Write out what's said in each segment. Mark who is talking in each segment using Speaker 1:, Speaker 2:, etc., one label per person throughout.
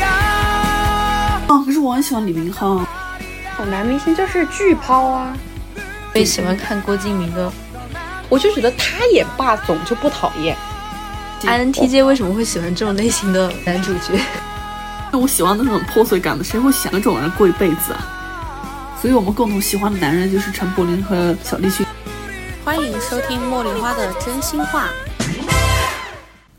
Speaker 1: 啊，可是我很喜欢李明浩，
Speaker 2: 我男明星就是巨抛啊！
Speaker 3: 我也喜欢看郭敬明的。
Speaker 2: 我就觉得他演霸总就不讨厌。
Speaker 3: INTJ 为什么会喜欢这种类型的男主角？
Speaker 1: 我喜欢那种破碎感的，谁会想跟这种人过一辈子啊？所以我们共同喜欢的男人就是陈柏霖和小栗旬。
Speaker 4: 欢迎收听茉莉花的真心话。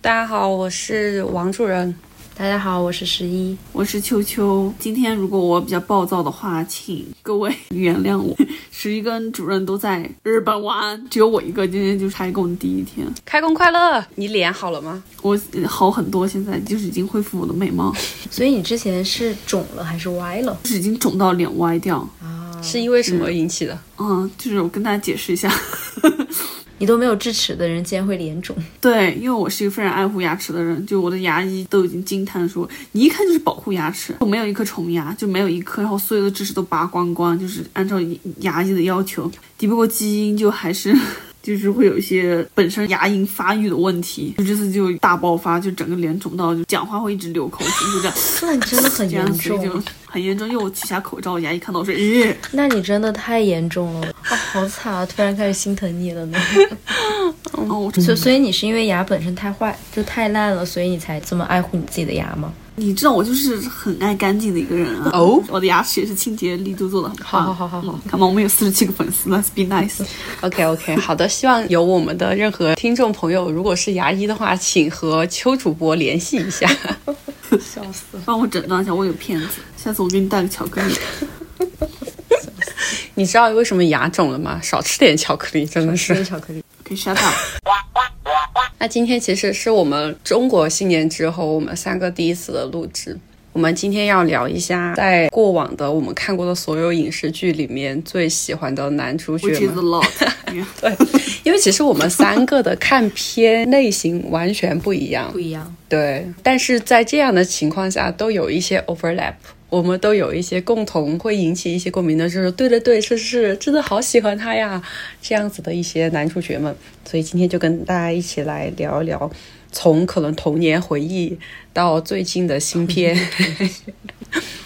Speaker 2: 大家好，我是王主任。
Speaker 3: 大家好，我是十一。
Speaker 1: 我是秋秋，今天如果我比较暴躁的话，请各位原谅我。 十一跟主任都在日本玩，只有我一个，今天就是开工第一天，
Speaker 2: 开工快乐！你脸好了吗？
Speaker 1: 我好很多，现在就是已经恢复我的美貌，
Speaker 3: 所以你之前是肿了还是歪了
Speaker 1: 就是已经肿到脸歪掉。
Speaker 3: 啊？
Speaker 2: 是因为什么引起的？
Speaker 1: 嗯，就是我跟大家解释一下，
Speaker 3: 你都没有智齿的人竟然会脸 肿，
Speaker 1: 对，因为我是一个非常爱护牙齿的人，就我的牙医都已经惊叹说，你一看就是保护牙齿，我没有一颗虫牙，就没有一颗，然后所有的智齿都拔光光，就是按照牙医的要求，抵不过基因就还是。 就是会有一些本身牙龈发育的问题，就这次就大爆发，就整个脸肿到就讲话会一直流口水，就这样，
Speaker 3: 那你真的很
Speaker 1: 这样
Speaker 3: 严
Speaker 1: 子 就
Speaker 3: 重，
Speaker 1: 很严重。因为我取下口罩，牙医看到我 说，呃咦，
Speaker 3: 那你真的太严重了，啊，好惨啊！突然开始心疼你了呢。
Speaker 1: 然后我
Speaker 3: 所所以你是因为牙本身太坏，就太烂了，所以你才这么爱护你自己的牙吗？
Speaker 1: 你知道我就是很爱干净的一个人啊。
Speaker 2: 哦
Speaker 1: 我的牙齿也是清洁力度做的很棒。
Speaker 3: 好好好好好
Speaker 1: 嗯，看嘛，我们有四十七个粉丝，Let's be nice。
Speaker 2: OK OK，好的，希望有我们的任何听众朋友，如果是牙医的话，请和邱主播联系一下。笑死！
Speaker 1: 帮我诊断一下，我有骗子。下次我给你带个巧克力。
Speaker 2: 你知道为什么牙肿了吗？少吃点巧克力，真的
Speaker 3: 这
Speaker 2: 是
Speaker 3: 个。巧克力，
Speaker 1: 可以 shut up。
Speaker 2: 那今天其实是我们中国新年之后，我们三个第一次的录制。我们今天要聊一下，在过往的我们看过的所有影视剧里面最喜欢的男主角
Speaker 1: Which is
Speaker 2: 们
Speaker 1: a lot。
Speaker 2: 对，因为其实我们三个的看片类型完全不一样
Speaker 3: 不，一样。
Speaker 2: 对，但是在这样的情况下都有一些 overlap。我们都有一些共同，会引起一些共鸣的，就是对对对，是是，是真的好喜欢他呀，这样子的一些男主角们。所以今天就跟大家一起来聊一聊，从可能童年回忆到最近的新片，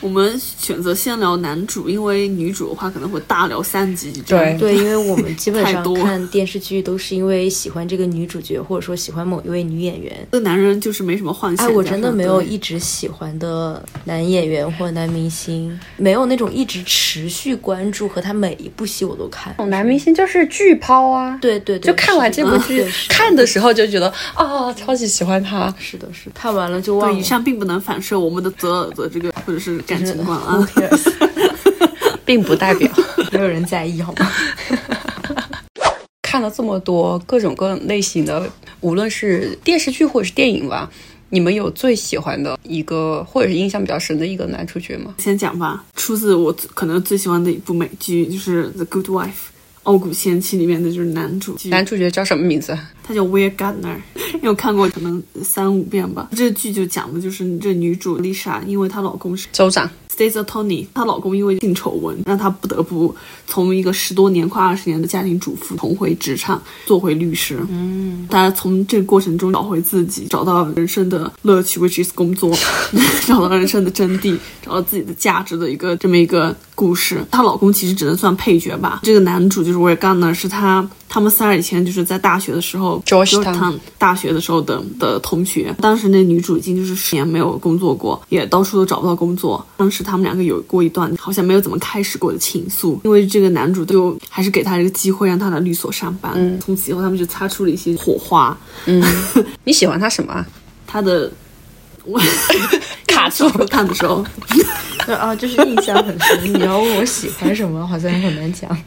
Speaker 1: 我们选择先聊男主，因为女主的话可能会大聊三集。这样
Speaker 2: 对，
Speaker 3: 对，因为我们基本
Speaker 1: 太
Speaker 3: 上
Speaker 1: 多
Speaker 3: 看电视剧都是因为喜欢这个女主角，或者说喜欢某一位女演员。
Speaker 1: 这男人就是没什么幻想。
Speaker 3: 哎，我真的没有
Speaker 1: 对
Speaker 3: 一直喜欢的男演员或男明星，没有那种一直持续关注和他每一部戏我都看。
Speaker 2: 男明星就是巨抛啊，
Speaker 3: 对对对，
Speaker 2: 就看完这部剧，看的时候就觉得啊，超级喜欢他，
Speaker 3: 是的，是的看完了就忘
Speaker 1: 对，以
Speaker 3: 了。
Speaker 1: 上并不能反射我们的择偶的这个或者是感情观啊。
Speaker 3: Who cares？
Speaker 2: 并不代表。
Speaker 3: 没有人在意，好吗？
Speaker 2: 看了这么多各种各类型的，无论是电视剧或者是电影吧，你们有最喜欢的一个，或者是印象比较深的一个男主角吗？
Speaker 1: 先讲吧，出自我最可能最喜欢的一部美剧就是《The Good Wife》。傲骨贤妻里面的就是男主，
Speaker 2: 男主角叫什么名字？
Speaker 1: 他叫 Weir Gardner，因为我看过可能三五遍吧。这剧就讲的就是这女主 Lisa，因为她老公是
Speaker 2: 州长。
Speaker 1: Stacy Tony，她老公因为性丑闻，让她不得不从一个十多年、快二十年的家庭主妇重回职场，做回律师。嗯，她从这个过程中找回自己，找到人生的乐趣，which is 工作，找到人生的真谛，找到自己的价值的一个这么一个故事。她老公其实只能算配角吧。这个男主就是 w e g a n e r 是他他们仨以前就是在大学的时候
Speaker 2: Georgetown
Speaker 1: 大学的时候的的同学，当时那女主已经就是十年没有工作过，也到处都找不到工作。当时他们两个有过一段好像没有怎么开始过的情愫，因为这个男主就还是给她一个机会，让她来律所上班。
Speaker 2: 嗯
Speaker 1: 从此以后他们就擦出了一些火花。
Speaker 2: 嗯，你喜欢他什么啊？
Speaker 1: 他的 我
Speaker 2: 卡住
Speaker 1: 看的时候，
Speaker 3: 啊，就是印象很深。你要问我喜欢什么，好像很难讲。
Speaker 2: 哦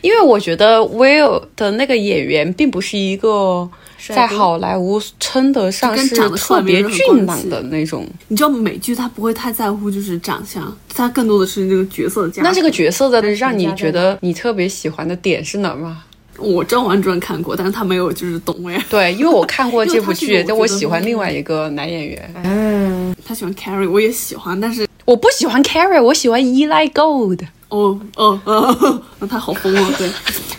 Speaker 2: 因为我觉得 Will 的那个演员并不是一个
Speaker 3: 帅
Speaker 2: 在
Speaker 3: 哥
Speaker 2: 好莱坞称得上
Speaker 1: 就跟
Speaker 2: 是
Speaker 1: 长得帅
Speaker 2: 特
Speaker 1: 没
Speaker 2: 别
Speaker 1: 有任何
Speaker 2: 俊
Speaker 1: 关系
Speaker 2: 朗的那种，
Speaker 1: 你知道美剧他不会太在乎就是长相，他更多的是这个角色的价值。
Speaker 2: 那这个角色的让你
Speaker 3: 评价
Speaker 2: 觉得你特别喜欢的点是哪儿吗？
Speaker 1: 我知道王主任看过，但是他没有就是懂哎，
Speaker 2: 对，因为我看过
Speaker 1: 因为
Speaker 2: 这
Speaker 1: 他
Speaker 2: 部
Speaker 1: 是
Speaker 2: 剧，
Speaker 1: 我
Speaker 2: 但
Speaker 1: 觉
Speaker 2: 我
Speaker 1: 得
Speaker 2: 喜欢
Speaker 1: 嗯
Speaker 2: 另外一个男演员。
Speaker 3: 嗯，
Speaker 1: 他喜欢 Carrie，我也喜欢，但是
Speaker 2: 我不喜欢 Carrie，我喜欢 Eli Gold。
Speaker 1: 哦哦哦，那、他好疯哦，对。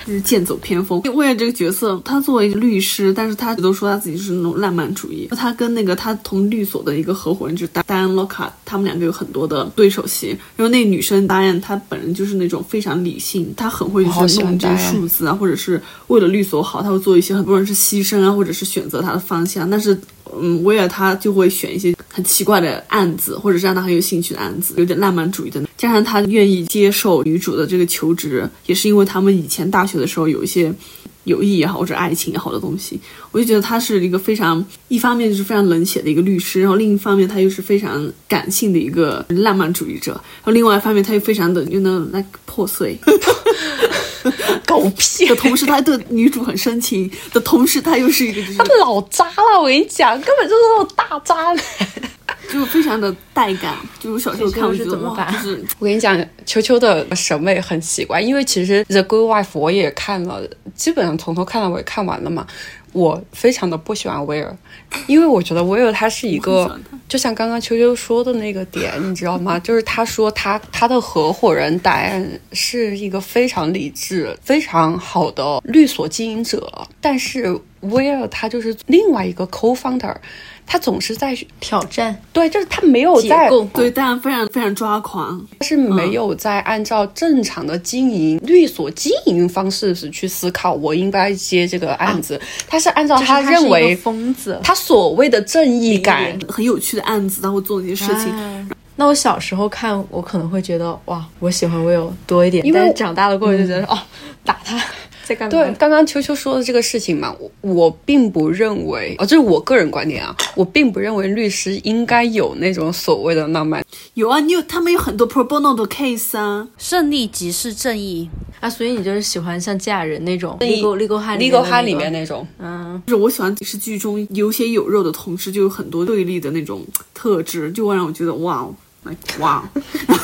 Speaker 1: 就是剑走偏锋。为了这个角色，他作为一个律师，但是他都说他自己是那种浪漫主义。他跟那个他同律所的一个合伙人，就是戴戴安洛卡，他们两个有很多的对手戏。然后那个女生戴安，她本人就是那种非常理性，她很会
Speaker 2: 我好
Speaker 1: 就是
Speaker 2: 喜
Speaker 1: 弄
Speaker 2: 欢
Speaker 1: 这
Speaker 2: 戴
Speaker 1: 些
Speaker 2: 安
Speaker 1: 数字啊，或者是为了律所好，她会做一些很多人是牺牲啊，或者是选择她的方向。但是嗯，为了他就会选一些很奇怪的案子，或者是让他很有兴趣的案子，有点浪漫主义的。加上他愿意接受女主的这个求职，也是因为他们以前大学的时候有一些友谊也好，或者爱情也好的东西。我就觉得他是一个非常，一方面就是非常冷血的一个律师，然后另一方面他又是非常感性的一个浪漫主义者，然后另外一方面他又非常的又能 like 破碎。
Speaker 2: 狗 屁
Speaker 1: 的！同时，他对女主很深情的同时，他又是一个就是
Speaker 2: 他们老渣了，我跟你讲，根本就是那种大渣男。
Speaker 1: 就非常的带感，就我小时候看，我觉
Speaker 3: 这
Speaker 1: 得
Speaker 3: 就是怎么
Speaker 1: 哇，
Speaker 3: 办
Speaker 1: 就是
Speaker 2: 我跟你讲，秋秋的审美很奇怪，因为其实《The Good Wife》我也看了，基本上从头看到尾看完了嘛。我非常的不喜欢威尔，因为我觉得威尔他是一
Speaker 1: 我很喜
Speaker 2: 个
Speaker 1: 欢他，
Speaker 2: 就像刚刚秋秋说的那个点，你知道吗？就是他说他他的合伙人戴安是一个非常理智、非常好的律所经营者，但是威尔他就是另外一个 co-founder，他总是在
Speaker 3: 挑战
Speaker 2: 对，就是他没有
Speaker 3: 解
Speaker 2: 在
Speaker 3: 构，
Speaker 1: 对，但非常非常抓狂，
Speaker 2: 他是
Speaker 3: 嗯
Speaker 2: 没有在按照正常的经营、律所经营方式去思考，我应该接这个案子。他是按照
Speaker 3: 啊就是
Speaker 2: 他
Speaker 3: 是
Speaker 2: 认
Speaker 3: 一个
Speaker 2: 为啊
Speaker 3: 疯子。
Speaker 2: 他所谓的正义感，
Speaker 1: 很有趣的案子，他会做那些事情。
Speaker 3: 啊那我小时候看，我可能会觉得哇，我喜欢 Will 多一点，
Speaker 2: 因为
Speaker 3: 但是长大了过后就觉得、哦，打他在干嘛？
Speaker 2: 对，刚刚秋秋说的这个事情嘛，我我并不认为，哦，这是我个人观点啊，我并不认为律师应该有那种所谓的浪漫。
Speaker 1: 有啊，你有他们有很多 pro bono 的 case 啊，
Speaker 4: 胜利即是正义，
Speaker 3: 啊，所以你就是喜欢像嫁人那种《
Speaker 2: 义
Speaker 3: Legal Legal High》
Speaker 2: 《Legal High》里面那种，
Speaker 3: 嗯，
Speaker 1: 就是我喜欢影视剧中有血有肉的同时，就有很多对立的那种特质，就会让我觉得哇哦，like 哇哦，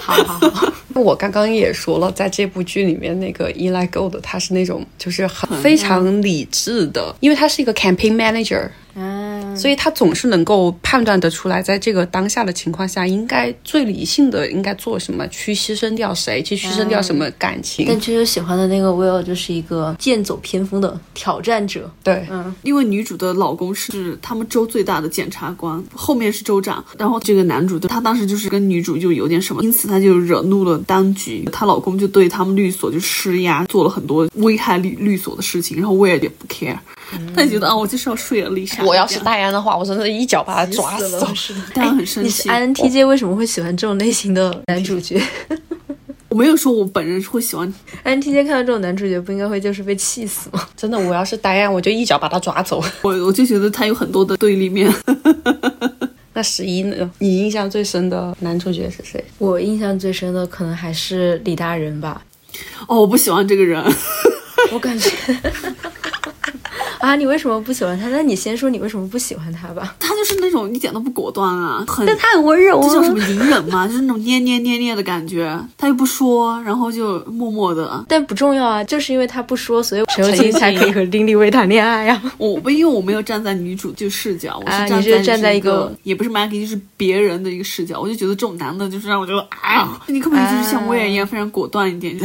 Speaker 3: 好啊好好，
Speaker 2: 我刚刚也说了，在这部剧里面，那个 Eli Gold 他是那种就是很非常理智的，因为他是一个 campaign manager，
Speaker 3: 嗯，
Speaker 2: 所以他总是能够判断得出来，在这个当下的情况下，应该最理性的应该做什么，去牺牲掉谁，去牺牲掉什么感情。
Speaker 3: 但确实喜欢的那个 Will 就是一个剑走偏锋的挑战者，
Speaker 2: 对，
Speaker 1: 因为女主的老公是他们州最大的检察官，后面是州长，然后这个男主他当时就是跟女主就有点什么，因此他就惹怒了当局，她老公就对他们律所就施压，做了很多危害律律所的事情，然后威尔也不 care，他就觉得啊，我就是要睡了丽莎，
Speaker 2: 我要是戴安的话，我真的一脚把他抓死。
Speaker 3: 是
Speaker 1: 当然很生
Speaker 3: 你
Speaker 1: 气
Speaker 3: 是 INTJ 为什么会喜欢这种类型的男主 角
Speaker 1: 我没有说我本人会喜欢
Speaker 3: ？INTJ 看到这种男主角不应该会就是被气死吗？
Speaker 2: 真的，我要是戴安，我就一脚把他抓走。
Speaker 1: 我，我就觉得他有很多的对立面。
Speaker 2: 那十一呢？你印象最深的男主角是谁？
Speaker 3: 我印象最深的可能还是李大人吧，
Speaker 1: 哦，我不喜欢这个人。
Speaker 3: 我感觉 啊，你为什么不喜欢他？那你先说你为什么不喜欢他吧。
Speaker 1: 他就是那种一点都不果断啊，很
Speaker 3: 但他很温柔
Speaker 1: 这叫什
Speaker 3: 啊
Speaker 1: 么，隐忍嘛，就是那种捏捏捏捏的感觉，他又不说，然后就默默的。
Speaker 3: 但不重要啊，就是因为他不说，所以陈
Speaker 2: 陈
Speaker 3: 友
Speaker 2: 友
Speaker 3: 清
Speaker 2: 清
Speaker 3: 才可以和丁立威谈恋爱啊。
Speaker 1: 我不因为我没有站在女主就视角，我
Speaker 3: 啊
Speaker 1: 站在、
Speaker 3: 你是站在一
Speaker 1: 一
Speaker 3: 个
Speaker 1: 也不是 Maggie 就是别人的一个视角，我就觉得这种男的就是让我觉得啊，你根本就是像威尔一
Speaker 3: 啊
Speaker 1: 样非常果断一点。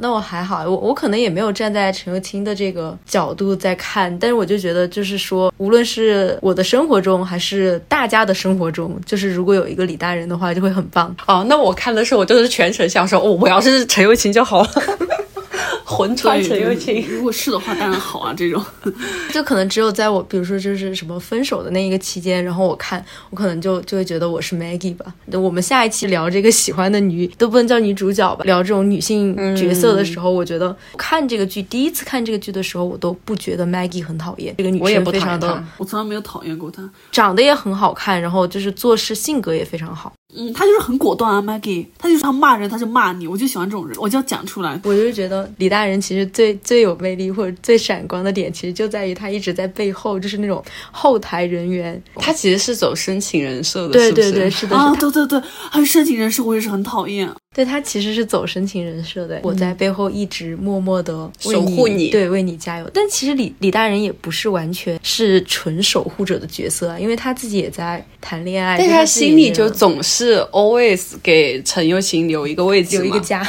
Speaker 3: 那我还好，我我可能也没有站在陈友清的这个角度在看，但是我就觉得，就是说，无论是我的生活中，还是大家的生活中，就是如果有一个李大人的话，就会很棒。
Speaker 2: 哦，那我看的时候，我就是全程想说，哦，我要是陈又青就好了， 魂穿陈又
Speaker 1: 对
Speaker 2: 青。
Speaker 1: 如果是的话，当然好啊，这种。
Speaker 3: 就可能只有在我，比如说就是什么分手的那一个期间，然后我看，我可能就就会觉得我是 Maggie 吧。我们下一期聊这个喜欢的女，都不能叫女主角吧，聊这种女性角色的时候，我觉得看这个剧，第一次看这个剧的时候，我都不觉得 Maggie 很讨厌，这个女
Speaker 2: 我也
Speaker 3: 生
Speaker 2: 不
Speaker 3: 非
Speaker 2: 讨
Speaker 3: 常
Speaker 2: 厌
Speaker 3: 的
Speaker 2: 他，
Speaker 1: 我从来没有讨厌过他。
Speaker 3: 长得也很好看，然后就是做事性格也非常好。
Speaker 1: 嗯，他就是很果断啊，Maggie，他就是他骂人他就骂你，我就喜欢这种人，我就要讲出来。
Speaker 3: 我就觉得李大人其实最最有魅力或者最闪光的点，其实就在于他一直在背后，就是那种后台人员。
Speaker 2: 他其实是走深情人设的，
Speaker 3: 对
Speaker 2: 是
Speaker 3: 对对，
Speaker 2: 不是 哦
Speaker 3: 是的，是的
Speaker 1: 啊，对对对，还有深情人士，我也是很讨厌。
Speaker 3: 对他其实是走深情人设的，我在背后一直默默的
Speaker 2: 嗯守护你
Speaker 3: 对，为你加油。但其实李李大人也不是完全是纯守护者的角色啊，因为他自己也在谈恋爱，
Speaker 2: 但
Speaker 3: 就
Speaker 2: 他
Speaker 3: 自己
Speaker 2: 心里
Speaker 3: 也
Speaker 2: 就总是 always 给陈又青留一个位置嘛，
Speaker 3: 有一个家。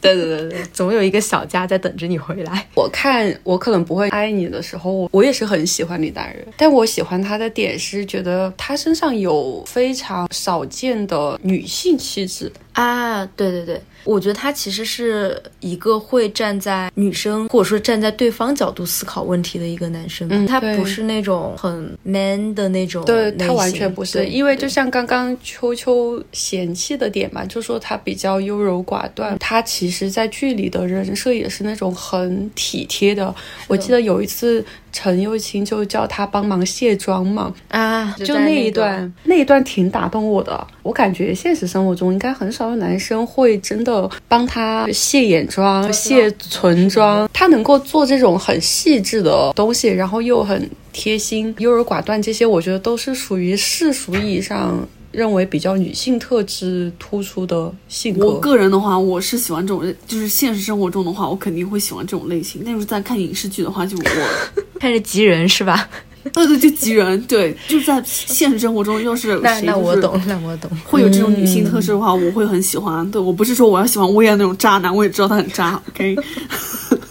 Speaker 2: 对对对对，
Speaker 3: 总有一个小家在等着你回来。
Speaker 2: 我看我可能不会爱你的时候，我我也是很喜欢李大人，但我喜欢他的点是觉得他身上有非常少见的女性气质。
Speaker 3: 啊，对对对，我觉得他其实是一个会站在女生或者说站在对方角度思考问题的一个男生吧，
Speaker 2: 嗯
Speaker 3: 他
Speaker 2: 对
Speaker 3: 不是那种很 man 的那种类
Speaker 2: 对
Speaker 3: 型，
Speaker 2: 他完全不是，
Speaker 3: 对
Speaker 2: 因为
Speaker 3: 对
Speaker 2: 就像刚刚秋秋嫌弃的点嘛，就说他比较优柔寡断，他其实在剧里的人设也是那种很体贴的。我记得有一次陈又青就叫他帮忙卸妆嘛，
Speaker 3: 啊，
Speaker 2: 就
Speaker 3: 在
Speaker 2: 那
Speaker 3: 那
Speaker 2: 一段，那一段挺打动我的。我感觉现实生活中应该很少有男生会真的帮他卸眼妆、卸唇妆，他能够做这种很细致的东西，然后又很贴心、优柔寡断，这些我觉得都是属于世俗意义上认为比较女性特质突出的性格。
Speaker 1: 我个人的话，我是喜欢这种类，就是现实生活中的话，我肯定会喜欢这种类型。但是在看影视剧的话，就我，呃
Speaker 3: 看着急人是 吧？
Speaker 1: 对对，就急人，对，就是在现实生活中，要是
Speaker 3: 那
Speaker 1: 谁
Speaker 3: 那
Speaker 1: 就是
Speaker 3: 我懂，那我懂。
Speaker 1: 会有这种女性特质的话，我会很喜欢。对我不是说我要喜欢薇娅那种渣男，我也知道他很 渣，OK，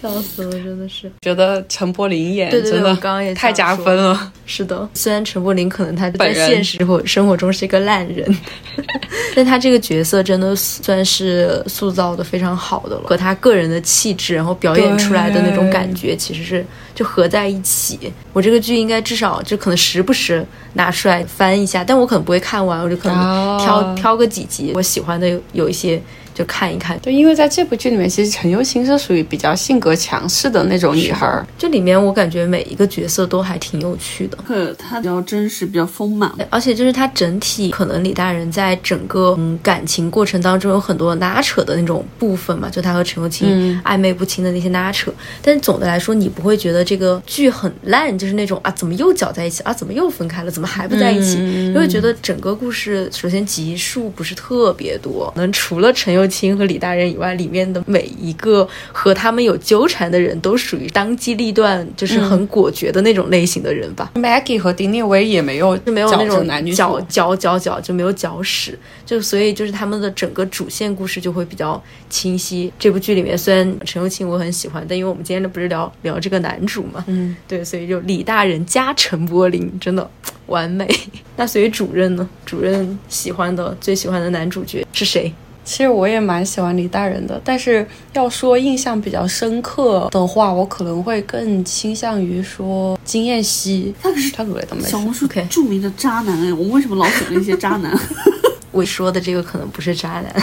Speaker 3: 笑死我，真的是。
Speaker 2: 觉得陈柏霖演
Speaker 3: 对对对
Speaker 2: 哎真
Speaker 3: 我
Speaker 2: 的
Speaker 3: 刚刚也
Speaker 2: 太
Speaker 3: 想
Speaker 2: 加
Speaker 3: 说
Speaker 2: 分了。
Speaker 3: 是的，虽然陈柏霖可能他在
Speaker 2: 本人
Speaker 3: 现实或生活中是一个烂人， 但他这个角色真的算是塑造的非常好的了，和他个人的气质，然后表演出来的那种感觉，其实是就合在一起。我这个剧应该至少就可能时不时拿出来翻一下，但我可能不会看完，我就可能
Speaker 2: 哦
Speaker 3: 挑、挑个几集我喜欢的有有一些就看一看。
Speaker 2: 对，因为在这部剧里面，其实陈又青是属于比较性格强势的那种女孩儿。
Speaker 3: 这里面我感觉每一个角色都还挺有趣的。
Speaker 1: 可他比较真实，比较丰满。
Speaker 3: 而且就是他整体可能李大人在整个嗯感情过程当中有很多拉扯的那种部分嘛，就他和陈又青
Speaker 2: 嗯
Speaker 3: 暧昧不清的那些拉扯。但总的来说，你不会觉得这个剧很烂，就是那种啊怎么又搅在一起啊，怎么又分开了，怎么还不在一起？因为觉得整个故事首先集数不是特别多，可能除了陈又青和李大人以外，里面的每一个和他们有纠缠的人都属于当机立断，就是很果决的那种类型的人吧。
Speaker 2: Maggie 和丁立威也没有
Speaker 3: 就没有那
Speaker 2: 搅
Speaker 3: 种
Speaker 2: 着男女
Speaker 3: 搅
Speaker 2: 主
Speaker 3: 搅搅搅，就没有搅屎，就所以就是他们的整个主线故事就会比较清晰。这部剧里面虽然陈又青我很喜欢，但因为我们今天不是聊聊这个男主嘛，
Speaker 2: 嗯，
Speaker 3: 对，所以就李大人加陈柏霖真的完美。 那所以主任呢？主任喜欢的最喜欢的男主角是谁？
Speaker 2: 其实我也蛮喜欢李大人的，但是要说印象比较深刻的话，我可能会更倾向于说金燕西。
Speaker 1: 他可是
Speaker 2: 他鲁雷的妹
Speaker 1: 小红书
Speaker 3: OK
Speaker 1: 著名的渣男哎，我们为什么老选那些渣 男
Speaker 3: 我说的这个可能不是渣男，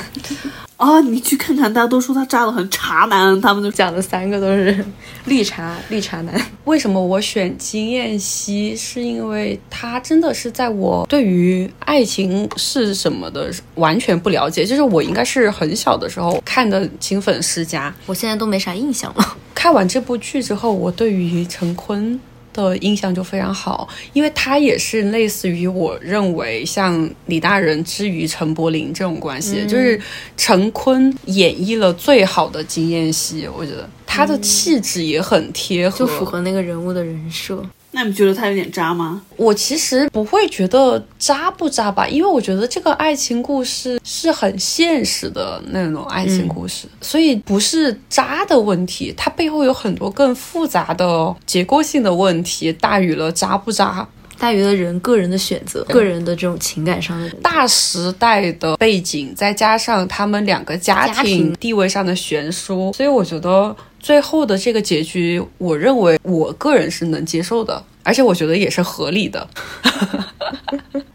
Speaker 1: 啊？你去看看，大家都说他渣的很渣男，他们就
Speaker 3: 讲的三个都是绿茶绿茶男。
Speaker 2: 为什么我选金燕西？是因为她真的是在我对于爱情是什么的完全不了解，就是我应该是很小的时候看的《情粉世家》，
Speaker 3: 我现在都没啥印象了。
Speaker 2: 看完这部剧之后，我对于陈坤的印象就非常好，因为他也是类似于我认为像李大人之于陈柏霖这种关
Speaker 3: 嗯
Speaker 2: 系，就是陈坤演绎了最好的金燕西，我觉得他的气质也很贴合，
Speaker 3: 嗯就符合那个人物的人设，
Speaker 1: 那你觉得他有点渣吗？
Speaker 2: 我其实不会觉得渣不渣吧，因为我觉得这个爱情故事是很现实的那种爱情故事，所以不是渣的问题，它背后有很多更复杂的结构性的问题，大于了渣不渣。
Speaker 3: 大于了人个人的选择，个人的这种情感上的
Speaker 2: 大时代的背景，再加上他们两个家
Speaker 3: 家庭
Speaker 2: 庭地位上的悬殊，所以我觉得最后的这个结局，我认为我个人是能接受的，而且我觉得也是合理的。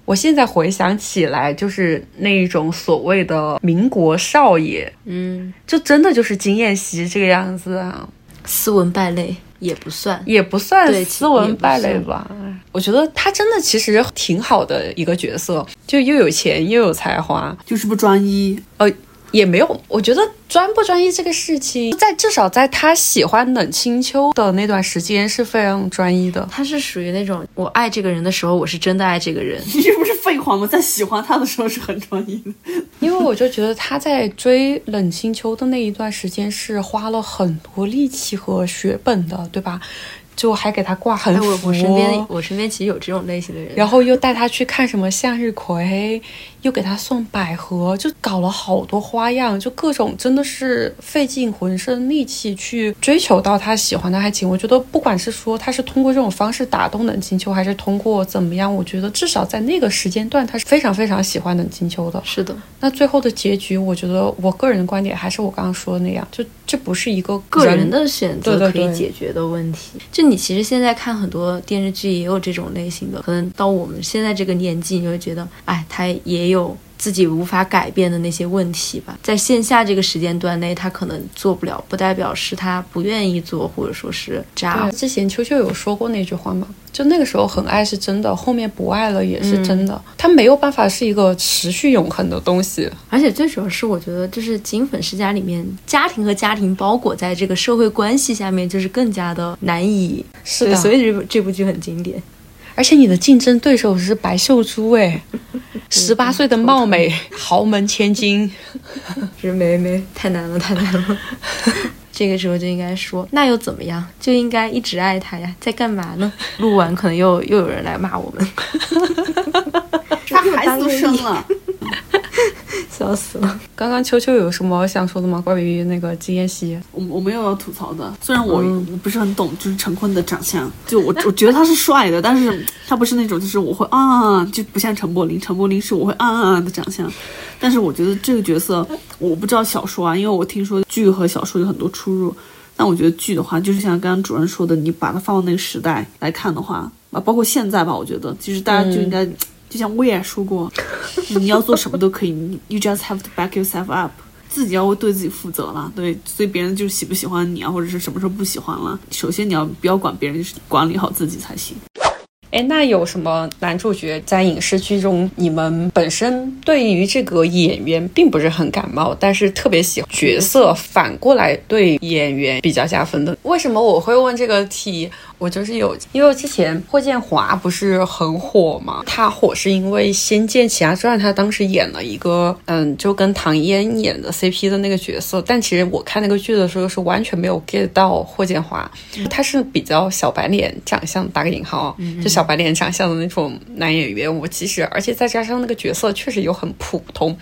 Speaker 2: 我现在回想起来，就是那一种所谓的民国少爷，
Speaker 3: 嗯
Speaker 2: 就真的就是金燕西这个样子啊，
Speaker 3: 斯文败类也不算。
Speaker 2: 也不算
Speaker 3: 对
Speaker 2: 斯文败类吧。我觉得他真的其实挺好的一个角色，就又有钱又有才华，
Speaker 1: 就是不专一，
Speaker 2: 也没有，我觉得专不专一这个事情，在至少在他喜欢冷清秋的那段时间是非常专 一的。
Speaker 3: 他是属于那种我爱这个人的时候，我是真的爱这个人。
Speaker 1: 你这不是废话吗？在喜欢他的时候是很专一的。
Speaker 2: 因为我就觉得他在追冷清秋的那一段时间是花了很多力气和血本的，对吧？就还给他挂横
Speaker 3: 哎，
Speaker 2: 幅。
Speaker 3: 我我身边我身边其实有这种类型的人，
Speaker 2: 然后又带他去看什么向日葵，又给他送百合，就搞了好多花样，就各种真的是费尽浑身力气去追求到他喜欢的爱情。我觉得不管是说他是通过这种方式打动冷清秋，还是通过怎么样，我觉得至少在那个时间段，他是非常非常喜欢冷清秋的。
Speaker 3: 是的，
Speaker 2: 那最后的结局，我觉得我个人的观点还是我刚刚说的那样，就这不是一个
Speaker 3: 个人的选
Speaker 2: 对
Speaker 3: 择
Speaker 2: 对
Speaker 3: 可以
Speaker 2: 对
Speaker 3: 解决的问题。就你其实现在看很多电视剧也有这种类型的，可能到我们现在这个年纪，你会觉得，哎，他也有自己无法改变的那些问题吧。在线下这个时间段内，他可能做不了，不代表是他不愿意做，或者说是渣
Speaker 2: 对，。啊之前秋秋有说过那句话嘛，就那个时候很爱是真的，后面不爱了也是真的，它没有办法是一个持续永恒的东西。
Speaker 3: 而且最主要是，我觉得就是《金粉世家》里面，家庭和家庭包裹在这个社会关系下面，就是更加的难以。
Speaker 2: 是
Speaker 3: 对
Speaker 2: 的，
Speaker 3: 所以这部这部剧很经典。
Speaker 2: 而且你的竞争对手是白秀珠， 哎，十八岁的貌美，豪门千金，
Speaker 3: 是没没太难了，太难 了。这个时候就应该说，那又怎么样？就应该一直爱他呀，在干嘛呢？录完可能又又有人来骂 我们，
Speaker 1: 他孩子都生了，
Speaker 3: 笑死了。
Speaker 2: 刚刚秋秋有什么想说的吗？关于那个金妍希，
Speaker 1: 我我没有要吐槽的，虽然我我不是很懂，就是陈坤的长相，就我我觉得他是帅的，但是他不是那种就是我会啊，就不像陈柏霖，陈柏霖是我会啊啊啊的长相，但是我觉得这个角色我不知道小说啊，因为我听说剧和小说有很多出入，但我觉得剧的话，就是像刚刚主任说的，你把它放到那个时代来看的话，啊，包括现在吧，我觉得其实大家就应该，就像我也说过，你要做什么都可以你，you just have to back yourself up。自己要对自己负责了，对，所以别人就喜不喜欢你啊，或者是什么时候不喜欢了，首先你要不要管别人，就是管理好自己才行。
Speaker 2: 哎，那有什么男主角在影视剧中，你们本身对于这个演员并不是很感冒，但是特别喜欢角色，反过来对演员比较加分的？为什么我会问这个题？我就是有，因为之前霍建华不是很火嘛，他火是因为《仙剑奇侠传》，他当时演了一个，嗯，就跟唐嫣演的 CP 的那个角色，但其实我看那个剧的时候是完全没有 get 到霍建华，他是比较小白脸长相，打个引号啊，就小白脸长相的那种男演员。我其实，而且再加上那个角色确实有很普通，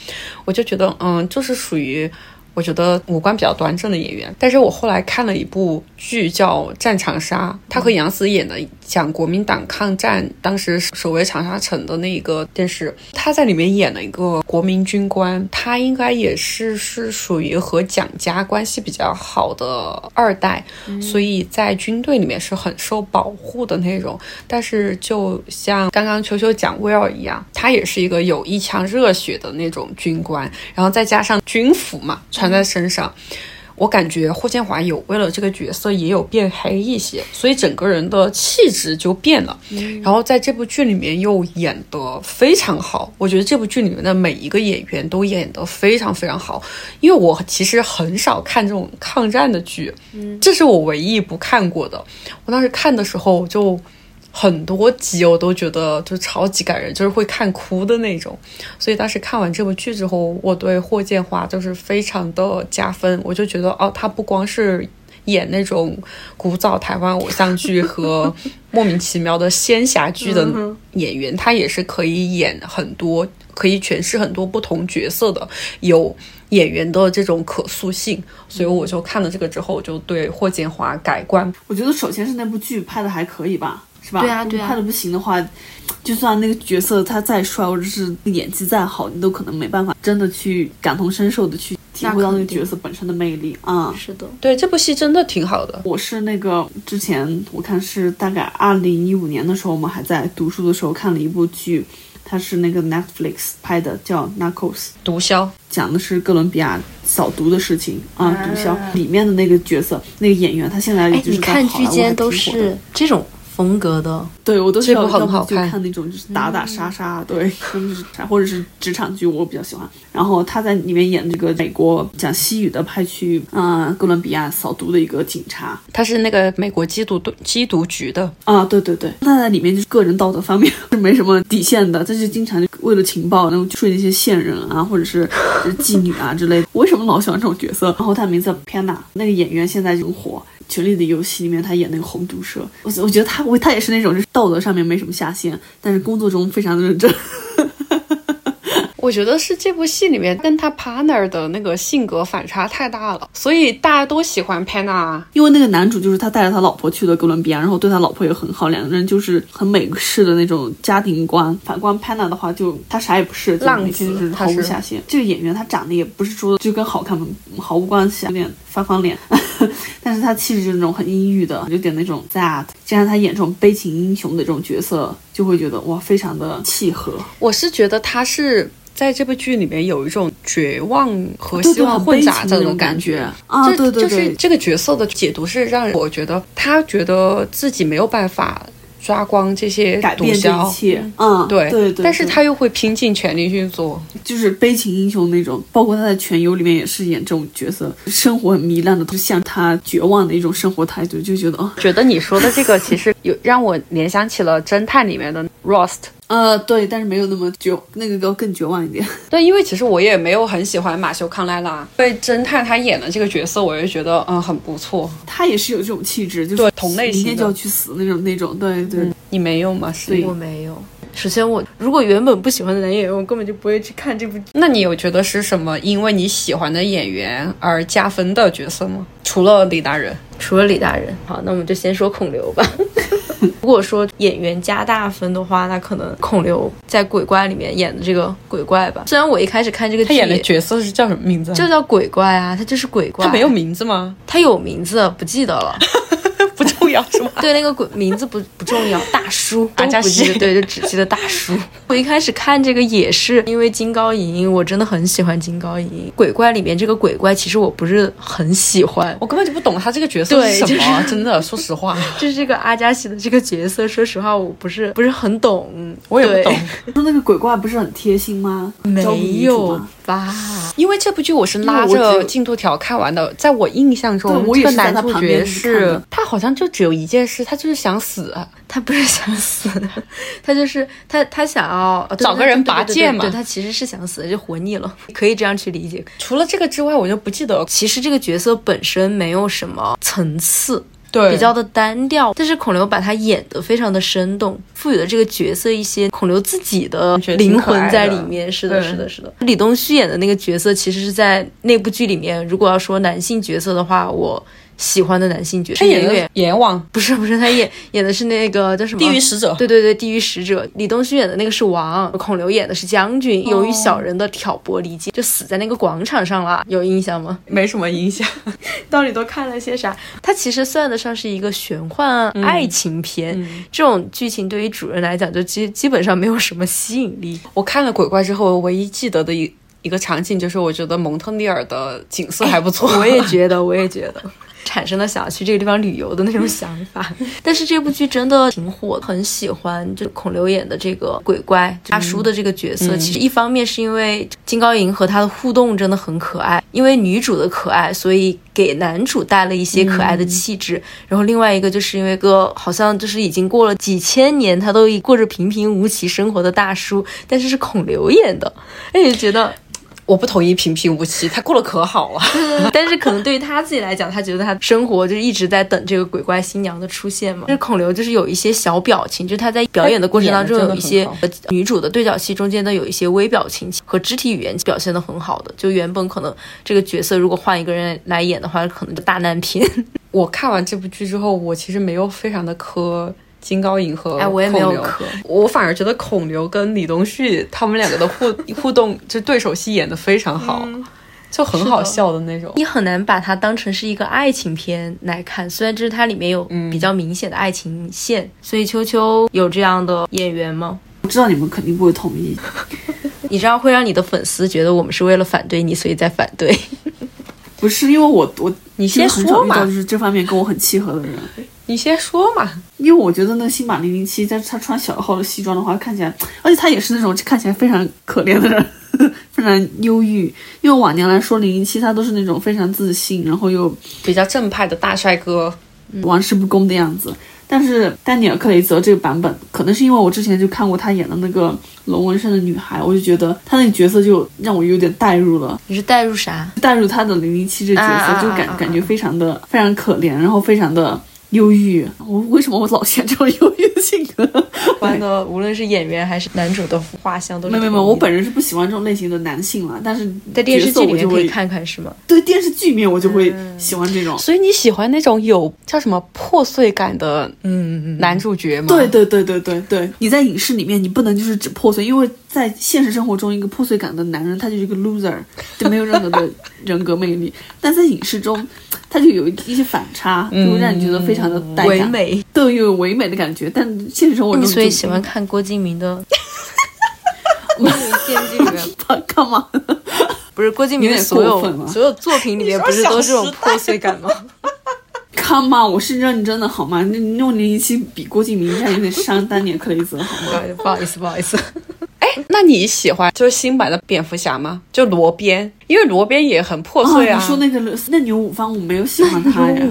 Speaker 2: 我就觉得，嗯，就是属于。我觉得五官比较端正的演员，但是我后来看了一部剧叫《战长沙》，他和杨紫演的，讲国民党抗战，当时守卫长沙城的那一个电视，他在里面演了一个国民军官，他应该也是是属于和蒋家关系比较好的二代，所以在军队里面是很受保护的那种。但是就像刚刚球球讲威尔一样，他也是一个有一腔热血的那种军官，然后再加上军服嘛，穿在身上。我感觉霍建华有为了这个角色也有变黑一些，所以整个人的气质就变了。然后在这部剧里面又演得非常好，我觉得这部剧里面的每一个演员都演得非常非常好。因为我其实很少看这种抗战的剧，这是我唯一不看过的。我当时看的时候就。很多集我都觉得就超级感人，就是会看哭的那种。所以当时看完这部剧之后，我对霍建华就是非常的加分，我就觉得哦，他不光是演那种古早台湾偶像剧和莫名其妙的仙侠剧的演员，他也是可以演很多，可以诠释很多不同角色的，有演员的这种可塑性。所以我就看了这个之后，我就对霍建华改观。
Speaker 1: 我觉得首先是那部剧拍的还可以吧，是吧？
Speaker 3: 对啊对啊
Speaker 1: 拍的不行的话，就算那个角色他再帅，或者是演技再好，你都可能没办法真的去感同身受的去体会到那个
Speaker 3: 那肯定
Speaker 1: 角色本身的魅力啊。嗯
Speaker 3: 是的，
Speaker 2: 对这部戏真的挺好的，
Speaker 1: 我是那个之前我看是大概二零一五年的时候，我们还在读书的时候看了一部剧，它是那个 Netflix 拍的，叫《Narcos》。
Speaker 2: 毒枭。
Speaker 1: 讲的是哥伦比亚扫毒的事情啊，毒枭里面的那个角色，那个演员，他现在
Speaker 3: 嗯哎，
Speaker 1: 就是
Speaker 3: 你
Speaker 1: 在
Speaker 3: 看
Speaker 1: 好莱坞还
Speaker 3: 剧
Speaker 1: 挺火
Speaker 3: 间
Speaker 1: 的
Speaker 3: 都是这种风格的，
Speaker 1: 对我都是
Speaker 2: 这部
Speaker 1: 要
Speaker 2: 很好
Speaker 1: 看，
Speaker 2: 看
Speaker 1: 看那种就是打打杀杀，
Speaker 3: 嗯
Speaker 1: 对，就是或者是职场剧，我比较喜欢。然后他在里面演这个美国讲西语的派去嗯、哥伦比亚扫毒的一个警察，
Speaker 2: 他是那个美国缉毒队缉毒局的，
Speaker 1: 啊，对对对，他在里面就是个人道德方面 是没什么底线的，他就经常就为了情报，然后睡那些线人啊，或者是就是妓女啊之类的。为什么老喜欢这种角色？然后他名字叫 Piana，那个演员现在就很火，权力的游戏》里面他演那个红毒蛇，我我觉得他我他也是那种就是道德上面没什么下限，但是工作中非常的认真。
Speaker 2: 我觉得是这部戏里面跟他 partner 的那个性格反差太大了，所以大家都喜欢 Penna。
Speaker 1: 因为那个男主就是他带着他老婆去了哥伦比亚，然后对他老婆也很好，两个人就是很美式的那种家庭观。反观 Panna 的话就，他啥也不是，就
Speaker 2: 浪
Speaker 1: 每天
Speaker 2: 子
Speaker 1: 就是
Speaker 2: 他
Speaker 1: 毫无
Speaker 2: 是
Speaker 1: 下限。这个演员他长得也不是说就跟好看毫无关系，有点翻方脸， 但是他气质就是那种很阴郁的，有点那种 that。这样他演这种悲情英雄的这种角色，就会觉得哇，非常的契合。
Speaker 2: 我是觉得他是在这部剧里面有一种绝望和
Speaker 1: 对
Speaker 2: 希
Speaker 1: 对，
Speaker 2: 望
Speaker 1: 很
Speaker 2: 混
Speaker 1: 悲
Speaker 2: 杂
Speaker 1: 情的
Speaker 2: 这
Speaker 1: 那
Speaker 2: 种
Speaker 1: 种
Speaker 2: 感
Speaker 1: 觉
Speaker 2: 觉。哦
Speaker 1: 啊，
Speaker 2: 这
Speaker 1: 对对对，
Speaker 2: 就是这个角色的解读是让我觉得他觉得自己没有办法抓光这些
Speaker 1: 改
Speaker 2: 毒
Speaker 1: 变这一
Speaker 2: 枭，
Speaker 1: 切，嗯，
Speaker 2: 对
Speaker 1: 对对，
Speaker 2: 但是
Speaker 1: 对
Speaker 2: 他又会拼尽全力去做。
Speaker 1: 就是悲情英雄那种，包括他在《全游》里面也是演这种角色，生活很糜烂的，就像他绝望的一种生活态度，就觉得啊，
Speaker 2: 觉得你说的这个其实有让我联想起了侦探里面的 Rost。
Speaker 1: 呃，对，但是没有那么绝，那个要更绝望一点。
Speaker 2: 对，因为其实我也没有很喜欢马修康莱拉，对侦探他演的这个角色，我就觉得嗯很不错。
Speaker 1: 他也是有这种气质，就是
Speaker 2: 对同类型的嗯
Speaker 1: 明天就要去死那种那种，对对。
Speaker 2: 你没有吗？是
Speaker 1: 对
Speaker 3: 我没有。首先我，如果原本不喜欢的男演员，我根本就不会去看这部剧。
Speaker 2: 那你有觉得是什么因为你喜欢的演员而加分的角色吗？除了李大人，
Speaker 3: 除了李大人，好，那我们就先说孔刘 吧。如果说演员加大分的话，那可能孔刘在《鬼怪》里面演的这个鬼怪吧。虽然我一开始看这个剧，
Speaker 2: 他演的角色是叫什么名字啊？
Speaker 3: 就叫鬼怪啊，他就是鬼怪，
Speaker 2: 他没有，名字吗？
Speaker 3: 他有名字不记得了。
Speaker 2: 不重要是吧？
Speaker 3: 对，那个鬼名字不不重要，大叔
Speaker 2: 大
Speaker 3: 都
Speaker 2: 家
Speaker 3: 不记
Speaker 2: 是
Speaker 3: 得，对，就只记得大叔。我一开始看这个也是因为金高银，我真的很喜欢金高银。鬼怪里面这个鬼怪，其实我不是很喜欢，
Speaker 2: 我根本就不懂他这个角色是
Speaker 3: 对
Speaker 2: 什
Speaker 3: 就
Speaker 2: 么，真的，说实 话，
Speaker 3: 就是这个阿加西的这个角色， 说实话，我不是不是很懂，
Speaker 2: 我也不懂
Speaker 3: 对，
Speaker 1: 说那个鬼怪不是很贴心吗？招女
Speaker 3: 没
Speaker 1: 女主
Speaker 3: 有
Speaker 1: 吗
Speaker 3: 吧？
Speaker 2: 因为这部剧我是拉
Speaker 1: 因为我只有
Speaker 2: 着进度条看完的，在我印象中
Speaker 1: 对，我
Speaker 2: 这
Speaker 1: 也
Speaker 2: 个
Speaker 1: 是在
Speaker 2: 男
Speaker 1: 他
Speaker 2: 主
Speaker 1: 旁
Speaker 2: 角
Speaker 1: 边看
Speaker 2: 是
Speaker 1: 的
Speaker 2: 他好像就只有一件事，他就是想死。
Speaker 3: 他不是想死， 他就是他他想要哦对
Speaker 2: 找个人拔剑嘛
Speaker 3: 对对对对对他其实是想死，就活腻了，可以这样去理解。
Speaker 2: 除了这个之外，我就不记得。
Speaker 3: 其实这个角色本身没有什么层次，
Speaker 2: 对
Speaker 3: 比较的单调，但是孔刘把他演得非常的生动，赋予了这个角色一些孔刘自己的
Speaker 2: 觉得挺
Speaker 3: 灵
Speaker 2: 可
Speaker 3: 魂
Speaker 2: 爱的嗯
Speaker 3: 在里面。是的，
Speaker 2: 对
Speaker 3: 是的，是的。李东旭演的那个角色，其实是在那部剧里面，如果要说男性角色的话，我喜欢的男性角色
Speaker 2: 他演
Speaker 3: 演
Speaker 2: 的阎王、
Speaker 3: 不是不是，他演演的是那个叫什么
Speaker 2: 地狱使者，
Speaker 3: 对对对，地狱使者，李东旭演的那个是王，孔刘演的是将
Speaker 2: 哦
Speaker 3: 军。由于小人的挑拨离间，就死在那个广场上了，有印象吗？
Speaker 2: 没什么影响。
Speaker 3: 到底都看了些啥？它其实算得上是一个玄幻爱情片，这种剧情对于主人来讲就基基本上没有什么吸引力。
Speaker 2: 我看了《鬼怪》之后，我唯一记得的一一个场景就是，我觉得蒙特利尔的景色还不错。
Speaker 3: 我也觉 得，我也觉得。产生了想要去这个地方旅游的那种想法， 但是这部剧真的挺火，很喜欢。就孔刘演的这个鬼怪大叔的这个角色，其实一方面是因为金高银和他的互动真的很可爱，因为女主的可爱，所以给男主带了一些可爱的气质。然后另外一个就是因为个好像就是已经过了几千年，他都过着平平无奇生活的大叔，但是是孔刘演的，哎，就觉得
Speaker 2: 我不同意平平无奇，他过得可好啊了。
Speaker 3: 但是可能对于他自己来讲，他觉得他生活就是一直在等这个鬼怪新娘的出现嘛。就是孔刘就是有一些小表情，就是他在表演的过程当中
Speaker 2: 他演
Speaker 3: 有
Speaker 2: 得
Speaker 3: 一
Speaker 2: 真的
Speaker 3: 些
Speaker 2: 很好
Speaker 3: 呃女主的对角戏中间的有一些微表情和肢体语言表现的很好的。就原本可能这个角色如果换一个人来演的话，可能就大难 拼。
Speaker 2: 我看完这部剧之后，我其实没有非常的磕金高银和
Speaker 3: 哎，我也没有
Speaker 2: 孔刘
Speaker 3: 磕。
Speaker 2: 我反而觉得孔刘跟李东旭他们两个的 互互动，就对手戏演得非常好，就很好嗯笑的那种。
Speaker 3: 你很难把它当成是一个爱情片来看，虽然就是它里面有比较明显的爱情线。嗯所以秋秋有这样的演员吗？
Speaker 1: 我知道你们肯定不会同意，
Speaker 3: 你这样会让你的粉丝觉得我们是为了反对你，所以在反对。
Speaker 1: 不是因为我我
Speaker 2: 你
Speaker 1: 真
Speaker 2: 先
Speaker 1: 的很少
Speaker 2: 说
Speaker 1: 遇到
Speaker 2: 嘛
Speaker 1: 就，是这方面跟我很契合的人。
Speaker 2: 你先说嘛。
Speaker 1: 因为我觉得那个新版零零七，但是他穿小号的西装的话，看起来，而且他也是那种看起来非常可怜的人， 非常忧郁。因为往年来说，零零七他都是那种非常自信，然后又
Speaker 2: 比较正派的大帅哥，
Speaker 3: 嗯
Speaker 1: 玩世不恭的样子。但是丹尼尔·克雷泽这个版本，可能是因为我之前就看过他演的那个《龙纹身的女孩》，我就觉得他那个角色就让我有点代入了，
Speaker 3: 你是代入啥？
Speaker 1: 带入他的零零七这角
Speaker 3: 啊啊啊
Speaker 1: 色，就感
Speaker 3: 啊啊
Speaker 1: 感觉非常的非常可怜，然后非常的忧郁。我为什么我老嫌这种忧郁的性格？
Speaker 3: 完的，无论是演员还是男主的画像都是
Speaker 1: 没有没有没
Speaker 3: 统
Speaker 1: 有，
Speaker 3: 一的
Speaker 1: 我本人是不喜欢这种类型的男性啦，但是
Speaker 3: 在电视
Speaker 1: 角色
Speaker 3: 剧里
Speaker 1: 我
Speaker 3: 面
Speaker 1: 就
Speaker 3: 可
Speaker 1: 会
Speaker 3: 以看嗯看是吗？
Speaker 1: 对电视剧面我就会喜欢这种。
Speaker 2: 所以你喜欢那种有叫什么破碎感的
Speaker 3: 嗯嗯
Speaker 2: 男主角吗？
Speaker 1: 对对对对对对，你在影视里面你不能就是只破碎，因为在现实生活中一个破碎感的男人他就是一个 loser，就没有任何 的人格魅力。但在影视中，他就有一些反差，就会让你觉得非常的带
Speaker 3: 嗯
Speaker 2: 哎
Speaker 3: 唯
Speaker 1: 感，
Speaker 3: 美。嗯
Speaker 1: 对，又有唯美的感觉。但现实生活中就，
Speaker 3: 所以喜 欢看郭敬明的电视剧里面，
Speaker 1: 干嘛？
Speaker 3: 不是郭敬明的
Speaker 1: 有点
Speaker 3: 所
Speaker 1: 过分
Speaker 3: 有
Speaker 1: 了
Speaker 3: 所有作品里面不是都是这种破碎感吗？
Speaker 1: 看嘛，我是认真的好吗？那用零零七比郭敬明一下有点伤丹尼尔·克雷泽好吗？
Speaker 3: 不好意思，不好意思，
Speaker 2: 那你喜欢就是新版的蝙蝠侠吗？就罗宾，因为罗宾也很破碎啊。
Speaker 1: 哦你说那个那牛五方，我没有喜欢 他呀，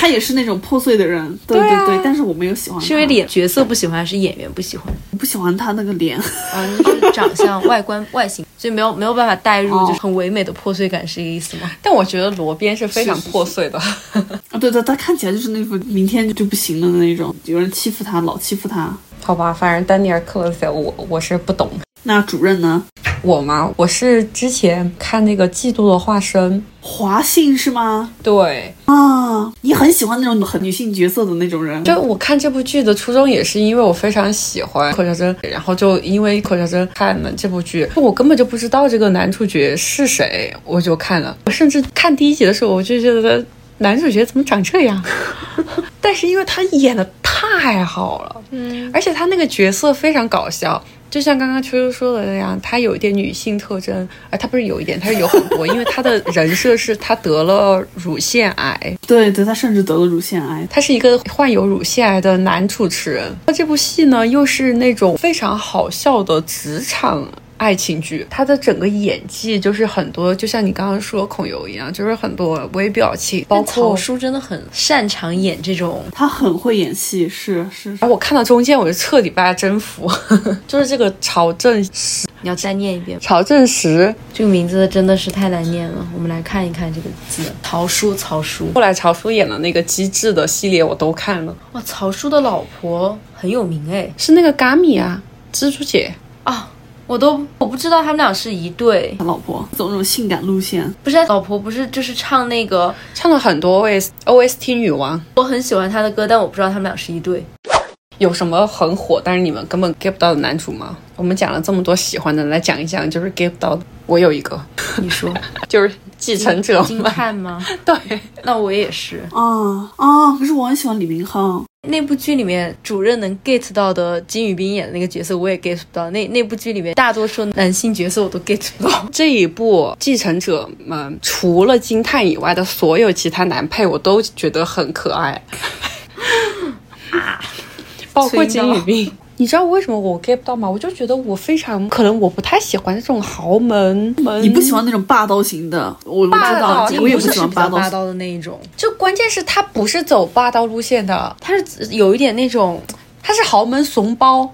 Speaker 1: 他也是那种破碎的人，对
Speaker 2: 对啊
Speaker 1: 对对，但是我没有喜欢他，
Speaker 3: 是因为脸角色不喜欢，还是演员不喜欢？
Speaker 1: 我不喜欢他那个脸。
Speaker 3: 啊，就 是长相、外观、外形， 所以没有没有办法带入，
Speaker 1: 哦
Speaker 3: 就是很唯美的破碎感，是这个意思吗？
Speaker 2: 但我觉得罗宾是非常
Speaker 1: 是是是
Speaker 2: 破碎的。
Speaker 1: 啊，对对，他看起来就是那副明天就不行了的那种，有人欺负他，老欺负他。
Speaker 2: 好吧，反正丹尼尔·克雷泽，我我是不懂。
Speaker 1: 那主任呢？
Speaker 2: 我嘛，我是之前看那个《嫉妒的化身》，
Speaker 1: 华信是吗？
Speaker 2: 对，
Speaker 1: 啊，你很喜欢那种很女性角色的那种人，
Speaker 2: 就我看这部剧的初衷也是因为我非常喜欢柯晓真，然后就因为柯晓真看了这部剧，我根本就不知道这个男主角是谁，我就看了。我甚至看第一集的时候，我就觉得呃男主角怎么长这样，但是因为他演的太好了，
Speaker 3: 嗯，
Speaker 2: 而且他那个角色非常搞笑。就像刚刚秋秋说的那样，他有一点女性特征，啊，他不是有一点，他是有很多，因为他的人设是他得了乳腺癌，
Speaker 1: 对对，他甚至得了乳腺癌。
Speaker 2: 他是一个患有乳腺癌的男主持人。那这部戏呢，又是那种非常好笑的职场。爱情剧，他的整个演技就是很多，就像你刚刚说孔侑一样，就是很多微表情，包
Speaker 3: 但
Speaker 2: 括
Speaker 3: 草书真的很擅长演这种，
Speaker 1: 他很会演戏，是是
Speaker 2: 然后我看到中间我就彻底被他征服， 就是这个曹正
Speaker 3: 你要再念一遍，
Speaker 2: 曹正时，
Speaker 3: 这个名字真的是太难念了。我们来看一看这个字，曹叔，曹叔，
Speaker 2: 后来曹叔演的那个《机智》的系列我都看了，
Speaker 3: 哇，曹叔的老婆很有名哎
Speaker 2: 是那个嘎米啊，蜘蛛姐，
Speaker 3: 啊。我都我不知道他们俩是一对，
Speaker 1: 他老婆走那种性感路线，
Speaker 3: 不是他老婆不是就是唱那个
Speaker 2: 唱了很多 OS OST 女王，
Speaker 3: 我很喜欢他的歌，但我不知道他们俩是一对。
Speaker 2: 有什么很火，但是你们根本 get 不到的男主吗？我们讲了这么多喜欢的，来讲一讲就是 get 不到的。我有一个，
Speaker 3: 你说 嗯
Speaker 2: 就是继承者
Speaker 3: 金
Speaker 2: 们。
Speaker 3: 叹吗？
Speaker 2: 对，
Speaker 3: 那我也是。
Speaker 1: 啊啊！可是我很喜欢李明浩，
Speaker 3: 那部剧里面主任能 get 到的金宇彬演的那个角色，我也 get 不到。那那部剧里面大多数男性角色我都 get 不到。
Speaker 2: 这一部继承者们除了金叹以外的所有其他男配，我都觉得很 可爱，
Speaker 3: 啊
Speaker 2: 包括金宇彬。你知道为什么我 get 不到吗？我就觉得我非常可能我不太喜欢这种豪门门，
Speaker 1: 你不喜欢那种霸道型的，我我知
Speaker 2: 霸道
Speaker 1: 道，
Speaker 2: 型
Speaker 1: 我也
Speaker 3: 不
Speaker 1: 不喜
Speaker 3: 是
Speaker 1: 欢
Speaker 3: 比较
Speaker 1: 道
Speaker 3: 霸
Speaker 1: 型。
Speaker 3: 道的那一种，
Speaker 2: 就关键是他不是走霸道路线的，
Speaker 3: 他是有一点那种
Speaker 2: 他是豪门怂包。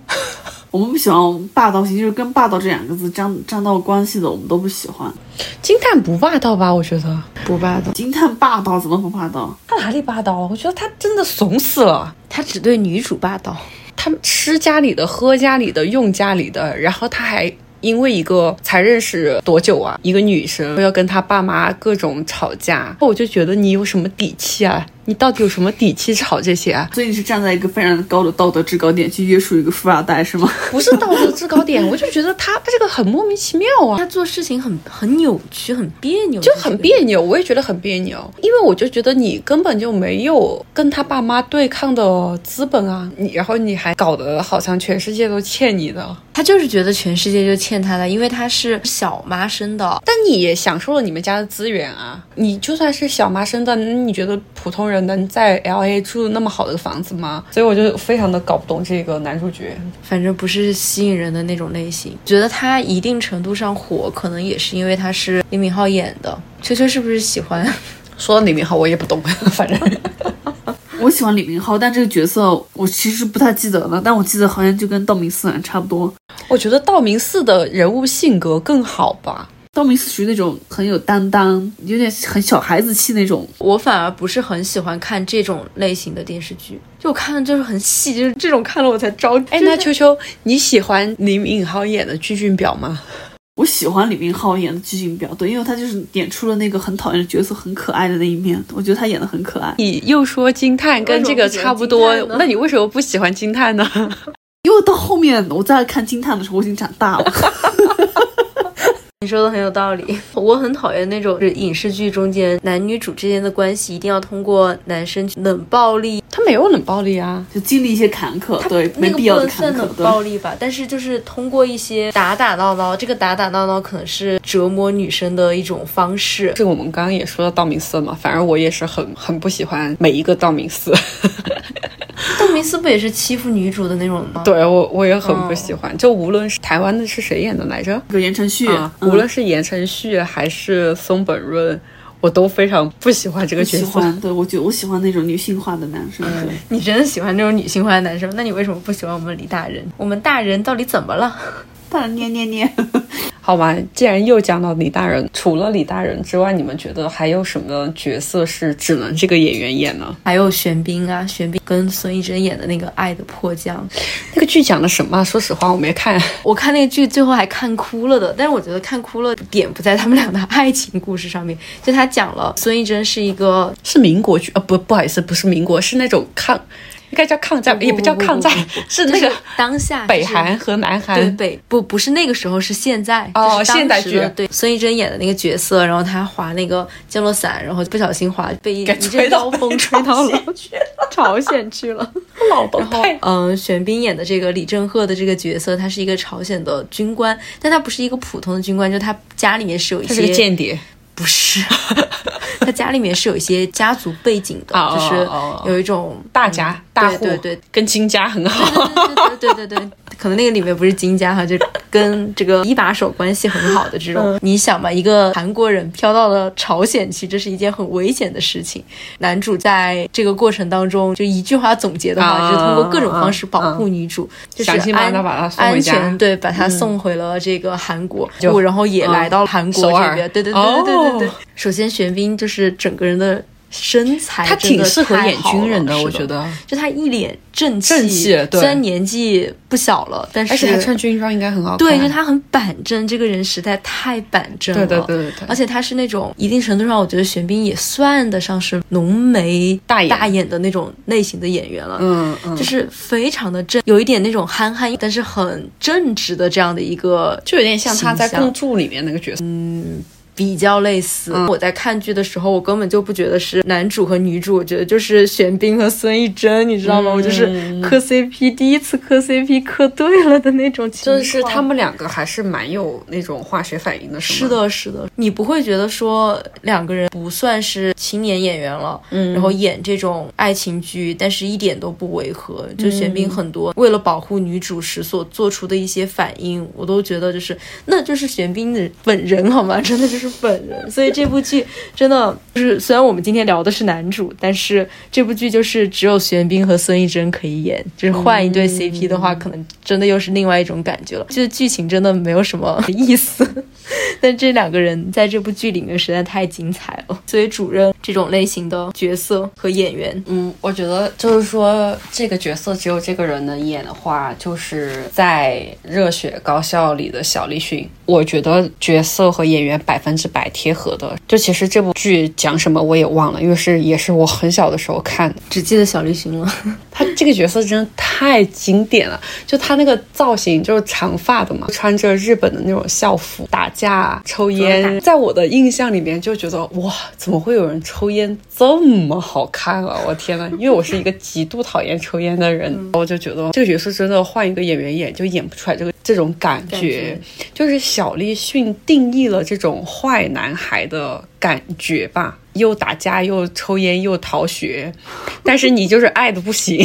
Speaker 1: 我们不喜欢霸道型，就是跟霸道这两个字沾沾到关系的，我们都不喜欢。
Speaker 2: 金叹不霸道吧？我觉得
Speaker 3: 不霸道，
Speaker 1: 惊叹霸道怎么不霸道？
Speaker 2: 他哪里霸道啊？我觉得他真的怂死了。
Speaker 3: 他只对女主霸道。
Speaker 2: 他吃家里的，喝家里的，用家里的，然后他还因为一个才认识多久啊，一个女生要跟他爸妈各种吵架，我就觉得你有什么底气啊？你到底有什么底气吵这些啊？
Speaker 1: 所以你是站在一个非常高的道德制高点去约束一个富二代是吗？
Speaker 2: 不是道德制高点，我就觉得他这个很莫名其妙啊。
Speaker 3: 他做事情很很扭曲，很别扭，
Speaker 2: 就很别扭，我也觉得很别扭，因为我就觉得你根本就没有跟他爸妈对抗的资本啊，你然后你还搞得好像全世界都欠你的，
Speaker 3: 他就是觉得全世界就欠他的，因为他是小妈生的，
Speaker 2: 但你也享受了你们家的资源啊，你就算是小妈生的，你觉得普通人能在 L A 住那么好的房子吗？所以我就非常的搞不懂这个男主角，
Speaker 3: 反正不是吸引人的那种类型。觉得他一定程度上火，可能也是因为他是李敏 镐演的。秋秋是不是喜欢？
Speaker 2: 说到李明浩我也不懂，反正。
Speaker 1: 我喜欢李明浩，但这个角色我其实不太记得了，但我记得好像就跟道明寺兰差不多。
Speaker 2: 我觉得道明寺的人物性格更好吧。
Speaker 1: 道明寺属于那种很有担当，有点很小孩子气那种。
Speaker 3: 我反而不是很喜欢看这种类型的电视剧，就我看的就是很细，就是这种看了我才着急。
Speaker 2: 哎，那秋秋，你喜欢李敏镐演的俊俊表吗？
Speaker 1: 我喜欢李明浩演的剧情比较多，因为他就是演出了那个很讨厌的角色，很可爱的那一面。我觉得他演的很可爱，
Speaker 2: 你又说金叹跟这个差不
Speaker 3: 为
Speaker 2: 多
Speaker 3: 什么不喜欢金叹，呢
Speaker 2: 那你为什么不喜欢金叹呢？
Speaker 1: 因为到后面我再看金叹的时候，我已经长大了。
Speaker 3: 你说的很有道理， 我很讨厌那种就是影视剧中间男女主之间的关系一定要通过男生去冷暴力，
Speaker 2: 他没有冷暴力啊，
Speaker 1: 就经历一些坎坷，哦对，
Speaker 3: 那
Speaker 1: 没
Speaker 3: 个
Speaker 1: 必
Speaker 3: 不
Speaker 1: 要的
Speaker 3: 能
Speaker 1: 坎
Speaker 3: 算
Speaker 1: 坷
Speaker 3: 冷，
Speaker 1: 对。
Speaker 3: 暴力吧，但是就是通过一些打打闹闹，这个打打闹闹可能是折磨女生的一种方式。
Speaker 2: 这个我们刚刚也说到道明寺嘛，反而我也是很很不喜欢每一个道明寺，
Speaker 3: 道明寺不也是欺负女主的那种吗？，
Speaker 2: 对我我也很不喜欢。就无论是台湾的是谁演的来着，
Speaker 1: 那个言承旭，
Speaker 2: 啊，
Speaker 1: 嗯
Speaker 2: 无论是言承旭还是松本润，我都非常不喜欢这个
Speaker 1: 我
Speaker 2: 角
Speaker 1: 喜
Speaker 2: 色。嗯
Speaker 1: 欢，对我觉得我喜欢那种女性化的男生，对。
Speaker 3: 你真的喜欢这种女性化的男生，那你为什么不喜欢我们李大人？我们大人到底怎么了？
Speaker 1: 大人捏捏捏，
Speaker 2: 好吧，既然又讲到李大人，除了李大人之外，你们觉得还有什么角色是只能这个演员演呢？
Speaker 3: 还有玄彬啊，玄彬跟孙艺珍演的那个《爱的迫降》，
Speaker 2: 那个剧讲的什么啊？说实话，我没看。
Speaker 3: 我看那个剧最后还看哭了的，但是我觉得看哭了点不在他们俩的爱情故事上面，就他讲了孙艺珍是一个
Speaker 2: 是民国剧啊？不，不好意思，不是民国，是那种抗，应该叫抗战，也不叫抗战， 是那
Speaker 3: 就
Speaker 2: 个
Speaker 3: 是当下哎就是
Speaker 2: 北韩和南韩。
Speaker 3: 对北不不是那个时候，是现在
Speaker 2: 哦
Speaker 3: 就是当时
Speaker 2: 现代剧
Speaker 3: 的对孙艺珍演的那个角色，然后她滑那个降落伞，然后不小心滑被一一
Speaker 2: 给
Speaker 3: 阵
Speaker 2: 吹到
Speaker 3: 妖风吹到了 朝鲜去了。
Speaker 2: 老崩
Speaker 3: 然后，嗯、玄彬演的这个李正赫的这个角色，他是一个朝鲜的军官，但他不是一个普通的军官，就他家里面是有一
Speaker 2: 他是个
Speaker 3: 些
Speaker 2: 间谍。
Speaker 3: 不是，他家里面是有一些家族背景的，
Speaker 2: 哦
Speaker 3: 就是
Speaker 2: 哦哦
Speaker 3: 有一种嗯
Speaker 2: 大家、大户，
Speaker 3: 对对对，
Speaker 2: 跟金家很
Speaker 3: 对对
Speaker 2: 好。
Speaker 3: 对对对对，对，可能那个里面不是金家哈，就跟这个一把手关系很好的这种。你想吧，一个韩国人飘到了朝鲜去，这是一件很危险的事情。男主在这个过程当中，就一句话总结的话，
Speaker 2: 啊
Speaker 3: 就是通过各种方式保护女主，就是
Speaker 2: 想尽办
Speaker 3: 安
Speaker 2: 法把她送
Speaker 3: 安
Speaker 2: 回家
Speaker 3: 全对，把她送回了这个韩国，
Speaker 2: 就
Speaker 3: 然后也
Speaker 2: 嗯
Speaker 3: 来到了韩国
Speaker 2: 首尔
Speaker 3: 这边。对对对对对对对
Speaker 2: 哦。
Speaker 3: 首先，玄彬就是整个人的。身材
Speaker 2: 他
Speaker 3: 真的
Speaker 2: 挺适合
Speaker 3: 太
Speaker 2: 演
Speaker 3: 好
Speaker 2: 军
Speaker 3: 了
Speaker 2: 人的，
Speaker 3: 是
Speaker 2: 我觉得，
Speaker 3: 就他一脸正气，
Speaker 2: 正气对
Speaker 3: 虽然年纪不小了，但是
Speaker 2: 而且他穿军装应该很好看。
Speaker 3: 对，就他很板正，这个人实在太板正了。
Speaker 2: 对对对对对
Speaker 3: 而且他是那种一定程度上，我觉得玄彬也算得上是浓眉
Speaker 2: 大眼
Speaker 3: 大眼的那种类型的演员了。
Speaker 2: 嗯嗯，
Speaker 3: 就是非常的正，有一点那种憨憨，但是很正直的这样的一个
Speaker 2: 就有点像他在
Speaker 3: 形象
Speaker 2: 《共助》里面那个角色。
Speaker 3: 比较类似。
Speaker 2: 嗯
Speaker 3: 我在看剧的时候，我根本就不觉得是男主和女主，我觉得就是玄彬和孙艺珍，你知道吗？
Speaker 2: 嗯
Speaker 3: 我就是磕 CP，第一次磕 CP 磕对了的那种情况。
Speaker 2: 就是他们两个还是蛮有那种化学反应的，
Speaker 3: 是
Speaker 2: 吗，
Speaker 3: 的，是的，你不会觉得说两个人不算是青年演员了，嗯，然后演这种爱情剧，但是一点都不违和。就玄彬很多、为了保护女主时所做出的一些反应，我都觉得就是那就是玄彬的本人好吗？ 真的就是本人。所以这部剧真的就是，虽然我们今天聊的是男主，但是这部剧就是只有玄彬和孙艺珍可以演，就是换一对 CP 的话，可能真的又是另外一种感觉了。就是剧情真的没有什么 意思。但这两个人在这部剧里面实在太精彩了，所以主任这种类型的角色和演员，
Speaker 2: 嗯，我觉得就是说这个角色只有这个人能演的话，就是在《热血高校》里的小栗旬。我觉得角色和演员百分之百贴合的。就其实这部剧讲什么我也忘了，因为是也是我很小的时候看的。
Speaker 3: 只记得小栗旬了。
Speaker 2: 他这个角色真的太经典了，就他那个造型就是长发的嘛，穿着日本的那种校服打架、抽烟，在我的印象里面就觉得哇，怎么会有人抽烟这么好看啊？我天呐，因为我是一个极度讨厌抽烟的人，
Speaker 3: 嗯
Speaker 2: 我就觉得这个角色真的换一个演员演就演不出来这个这种感觉，
Speaker 3: 感觉
Speaker 2: 就是小栗旬定义了这种坏男孩的感觉吧。又打架，又抽烟，又逃学，但是你就是爱的 不行。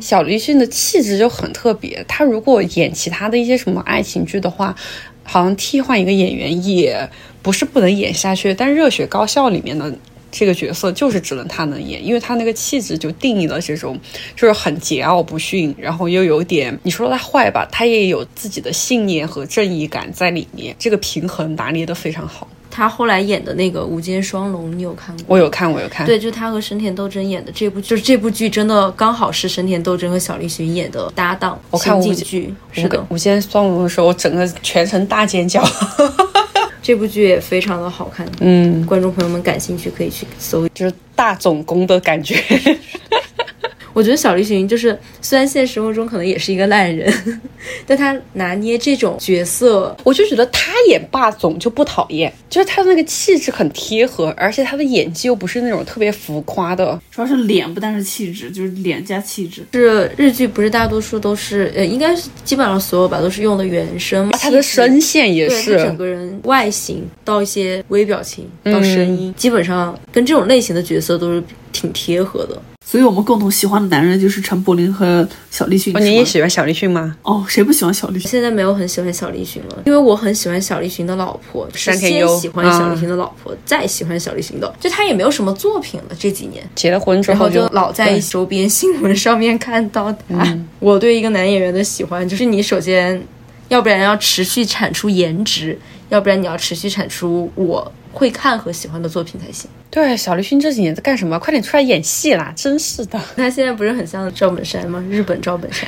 Speaker 2: 小栗旬的气质就很特别，他如果演其他的一些什么爱情剧的话，好像替换一个演员也不是不能演下去。但《热血高校》里面的这个角色就是只能他能演，因为他那个气质就定义了这种，就是很桀骜不驯，然后又有点你说他坏吧，他也有自己的信念和正义感在里面，这个平衡拿捏得非常好。
Speaker 3: 他后来演的那个《无间双龙》，你有看过？
Speaker 2: 我有看，我有看。
Speaker 3: 对，就他和神田斗真演的这部，就是这部剧真的刚好是神田斗真和小栗旬演的搭档。
Speaker 2: 我看
Speaker 3: 新晋
Speaker 2: 无间
Speaker 3: 剧，
Speaker 2: 我
Speaker 3: 是的
Speaker 2: 跟，我今天双龙的时候，我整个全程大尖叫。
Speaker 3: 这部剧也非常的好看。
Speaker 2: 嗯，
Speaker 3: 观众朋友们感兴趣可以去搜。
Speaker 2: 就是大总攻的感觉。
Speaker 3: 我觉得小栗旬就是，虽然现实生活中可能也是一个烂人， 但他拿捏这种角色，
Speaker 2: 我就觉得他演霸总就不讨厌，就是他的那个气质很贴合，而且他的演技又不是那种特别浮夸的。
Speaker 1: 主要是脸不但是气质，就是脸加气质。
Speaker 3: 是日剧不是大多数都是，呃，应该是基本上所有吧，都是用的原声嘛，
Speaker 2: 啊他的
Speaker 3: 气质
Speaker 2: 声线也
Speaker 3: 对他
Speaker 2: 是
Speaker 3: 整，个人外形到一些微表情
Speaker 2: 嗯
Speaker 3: 到声音，基本上跟这种类型的角色都是挺贴合的。
Speaker 1: 所以我们共同喜欢的男人就是陈柏霖和小栗旬。
Speaker 2: 哦，
Speaker 1: 是吗
Speaker 2: 你也喜欢小栗旬吗？
Speaker 1: 哦，谁不喜欢小栗旬？
Speaker 3: 现在没有很喜欢小栗旬了，因为我很喜欢小栗旬的老婆，是
Speaker 2: 山田
Speaker 3: 先
Speaker 2: 优
Speaker 3: 喜欢小栗旬的老婆，再喜欢小栗旬的，就他也没有什么作品了这几年。
Speaker 2: 结了婚之
Speaker 3: 然后
Speaker 2: 后就
Speaker 3: 就老在
Speaker 2: 对
Speaker 3: 周边新闻上面看到他。
Speaker 1: 嗯
Speaker 3: 我对一个男演员的喜欢，就是你首先，要不然要持续产出颜值，要不然你要持续产出我会看和喜欢的作品才行。
Speaker 2: 对小栗旬这几年在干什么？快点出来演戏啦！真是的。
Speaker 3: 他现在不是很像赵本山吗？日本赵本 山。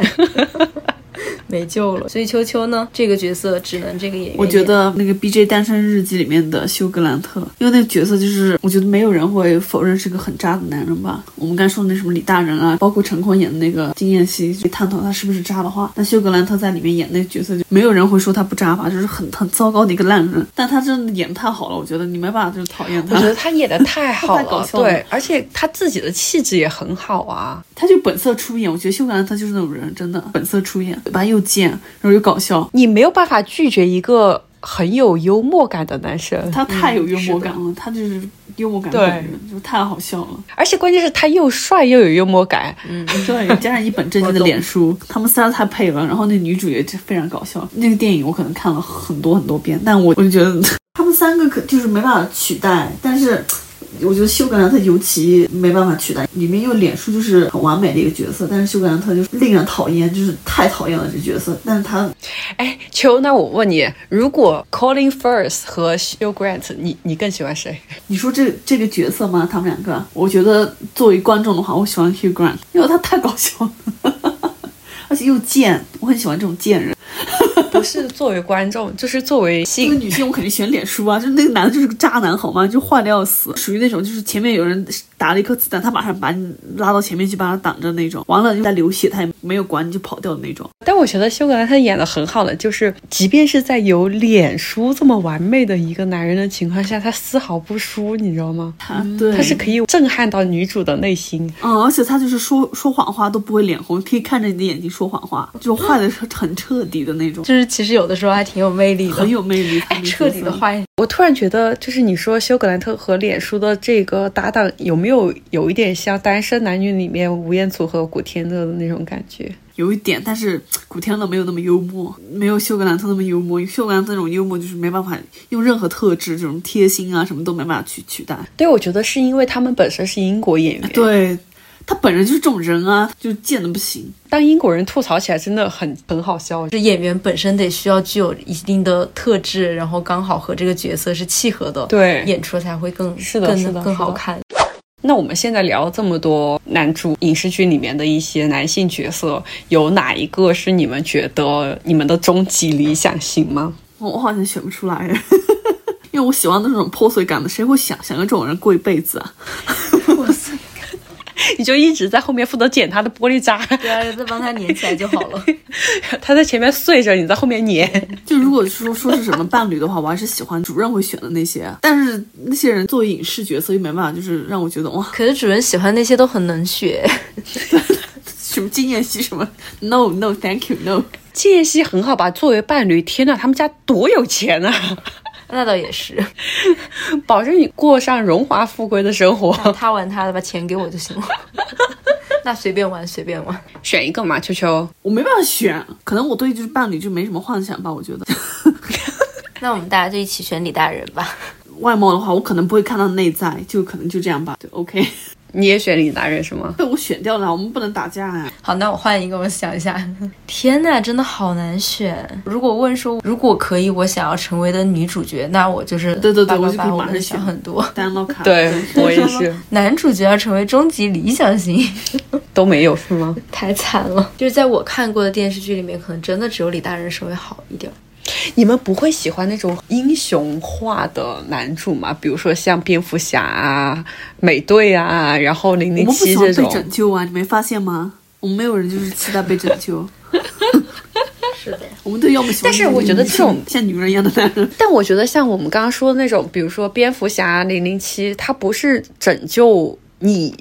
Speaker 3: 没救了，所以秋秋呢？这个角色只能这个演员演。
Speaker 1: 我觉得那个《B J 单身日记》里面的休格兰特，因为那个角色就是，我觉得没有人会否认是个很渣的男人吧。我们刚说的那什么李大人啊，包括陈坤演的那个金燕西，去探讨他是不是渣的话，那休格兰特在里面演那个角色，就没有人会说他不渣吧，就是很很糟糕的一个烂人。但他真的演得太好了，我觉得你没办法就是讨厌
Speaker 2: 我觉得
Speaker 1: 他，
Speaker 2: 他演的太好
Speaker 1: 太搞
Speaker 2: 了，
Speaker 1: 笑了
Speaker 2: 对，而且他自己的气质也很好啊。
Speaker 1: 他就本色出演。我觉得休格兰特就是那种人，真的本色出演，嘴巴又贱，然后又搞笑，
Speaker 2: 你没有办法拒绝一个很有幽默感的男生，
Speaker 1: 他太有幽默感了，他就是幽默感
Speaker 2: 嗯对
Speaker 1: 本人，就太好笑了。
Speaker 2: 而且关键是他又帅又有幽默感。
Speaker 1: 对，加上一本正经的脸书，他们仨太配了。然后那女主也非常搞笑。那个电影我可能看了很多很多遍，但我我就觉得 他们三个可就是没办法取代。但是我觉得休格兰特尤其没办法取代，里面又脸书就是很完美的一个角色，但是休格兰特就是令人讨厌，就是太讨厌了这角色。但是他
Speaker 2: 哎，秋，那我问你，如果 Colin Firth 和 Hugh Grant，你你更喜欢谁？
Speaker 1: 你说这这个角色吗？他们两个，我觉得作为观众的话，我喜欢 Hugh Grant，因为他太搞笑了， 而且又贱，我很喜欢这种贱人。
Speaker 2: 不是作为观众，就是作为
Speaker 1: 这个
Speaker 2: 性。
Speaker 1: 女性我肯定选脸书啊， 就是那个男的就是个渣男好吗？就坏的要死，属于那种就是前面有人打了一颗子弹，他马上把你拉到前面去把他挡着那种，完了就在流血，他也没有管你就跑掉的那种。
Speaker 2: 但我觉得休格兰特演的很好的，就是即便是在有脸书这么完美的一个男人的情况下，他丝毫不输，你知道吗？
Speaker 1: 他、对，
Speaker 2: 他是可以震撼到女主的内心。
Speaker 1: 嗯，而且他就是说说谎话都不会脸红，可以看着你的眼睛说谎话，就坏的是很彻底的那种，
Speaker 3: 就是其实有的时候还挺有魅力的
Speaker 1: 很，有魅力，
Speaker 3: 哎，彻底的
Speaker 1: 坏。
Speaker 3: 坏。
Speaker 2: 我突然觉得，就是你说休格兰特和脸书的这个搭档，有没有有一点像《单身男女》里面吴彦祖和古天乐的那种感觉？
Speaker 1: 有一点，但是古天乐没有那么幽默，没有休格兰特那么幽默。休格兰特那种幽默就是没办法用任何特质，这种贴心啊什么都没办法去取代。
Speaker 2: 对，我觉得是因为他们本身是英国演员，
Speaker 1: 对他本人就是这种人啊，就贱的不行。
Speaker 2: 当英国人吐槽起来真的很很好笑。
Speaker 3: 就是演员本身得需要具有一定的特质，然后刚好和这个角色是契合的，
Speaker 2: 对
Speaker 3: 演出才会更
Speaker 2: 是的是的
Speaker 3: 更更
Speaker 2: 是的
Speaker 3: 好 看。
Speaker 2: 那我们现在聊了这么多男主影视剧里面的一些男性角色，有哪一个是你们觉得你们的终极理想型吗？
Speaker 1: 哦我我好像选不出来， 因为我喜欢的是那种破碎感的，谁会想想跟这种人过一辈子啊？
Speaker 2: 你就一直在后面负责捡他的玻璃渣，
Speaker 3: 对啊，再帮他粘起来就好了。
Speaker 2: 他在前面碎着，你在后面碾。
Speaker 1: 就如果说说是什么伴侣的话，我还是喜欢主任会选的那些，啊但是那些人作为影视角色又没办法，就是让我觉得哇，
Speaker 3: 可是主人喜欢那些都很冷 血，
Speaker 1: 什么经验系什么，no no thank you no。
Speaker 2: 金妍希很好吧，作为伴侣，天呐，他们家多有钱啊！
Speaker 3: 那倒也是，
Speaker 2: 保证你过上荣华富贵的生活。
Speaker 3: 他玩他的吧，钱给我就 行了。那随便玩随便玩，
Speaker 2: 选一个嘛，秋秋。
Speaker 1: 我没办法选，可能我对就是伴侣就没什么幻想吧，我觉得。
Speaker 3: 那我们大家就一起选李大人吧。
Speaker 1: 外貌的话，我可能不会看到内在，就可能就这样吧，就 OK。
Speaker 2: 你也选李达人是吗？
Speaker 1: 被我选掉了，我们不能打架啊呀、
Speaker 3: 好，那我换一个， 我想一下。天呐，真的好难选。如果问说，如果可以，我想要成为的女主角，那我就是
Speaker 1: 对对对
Speaker 3: 八
Speaker 1: 我
Speaker 3: 八
Speaker 1: 就可以
Speaker 3: 八，我
Speaker 1: 马上
Speaker 3: 能
Speaker 1: 选
Speaker 3: 想很多。
Speaker 1: 单唠卡，
Speaker 2: 对我也是，
Speaker 3: 男主角要成为终极理想型，
Speaker 2: 都没有是吗？
Speaker 3: 太惨了。 就是在我看过的电视剧里面，可能真的只有李大人稍微好一点儿。
Speaker 2: 你们不会喜欢那种英雄化的男主吗？比如说像蝙蝠侠啊、美队啊，然后零
Speaker 1: 我们
Speaker 2: 零
Speaker 1: 不
Speaker 2: 七
Speaker 1: 喜欢
Speaker 2: 这
Speaker 1: 被
Speaker 2: 种。
Speaker 1: 拯救啊，你没发现吗？我们没有人就是期待被拯 救，
Speaker 3: 是的，
Speaker 1: 我们都要么喜欢，
Speaker 2: 但是我觉得这种
Speaker 1: 像女人一样的男人，
Speaker 2: 但我觉得像我们刚刚说的那种，比如说蝙蝠侠、零零七，它不是拯救你，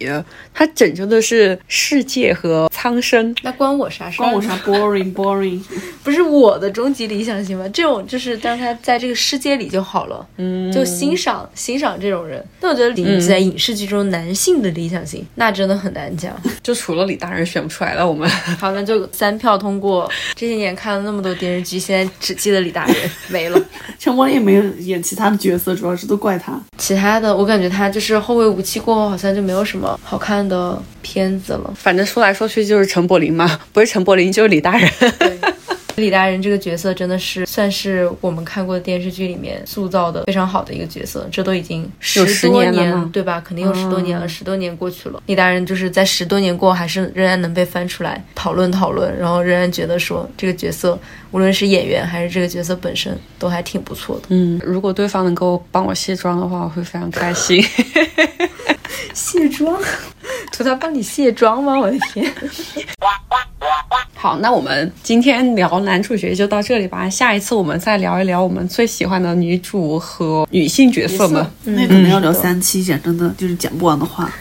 Speaker 2: 它拯救的是世界和苍生。
Speaker 3: 那关我啥事儿？
Speaker 1: 关我啥 boring boring。
Speaker 3: 不是我的终极理想型吗？这种就是当他在这个世界里就好了，嗯，就欣赏欣赏这种人。嗯但我觉得李在影视剧中男性的理想型，那真的很难讲。
Speaker 2: 就除了李大人选不出来了，我们
Speaker 3: 好，那就三票通过。这些年看了那么多电视剧，现在只记得李大 人没了。
Speaker 1: 陈柏霖也没有演其他的角色，主要是都怪他。
Speaker 3: 其他的我感觉他就是《后会无期》过后，好像就没有什么好看的片子了。
Speaker 2: 反正说来说去就是陈柏霖嘛，不是陈柏霖就是李大人。
Speaker 3: 对，李大人这个角色真的是算是我们看过的电视剧里面塑造的非常好的一个角色，这都已经
Speaker 2: 有
Speaker 3: 十
Speaker 2: 十
Speaker 3: 多
Speaker 2: 年了吗嗯
Speaker 3: 对吧？肯定有十多年了，十多年过去了，李大人就是在十多年过后还是仍然能被翻出来讨论讨论，然后仍然觉得说这个角色无论是演员还是这个角色本身都还挺不错的。
Speaker 2: 嗯，如果对方能够帮我卸妆的话，我会非常开心。
Speaker 3: 卸妆，图他帮你卸妆吗？我的天，
Speaker 2: 好，那我们今天聊男主角就到这里吧，下一次我们再聊一聊我们最喜欢的女主和女性角色们。
Speaker 1: 那可能要聊三期，讲真的就是讲不完的话。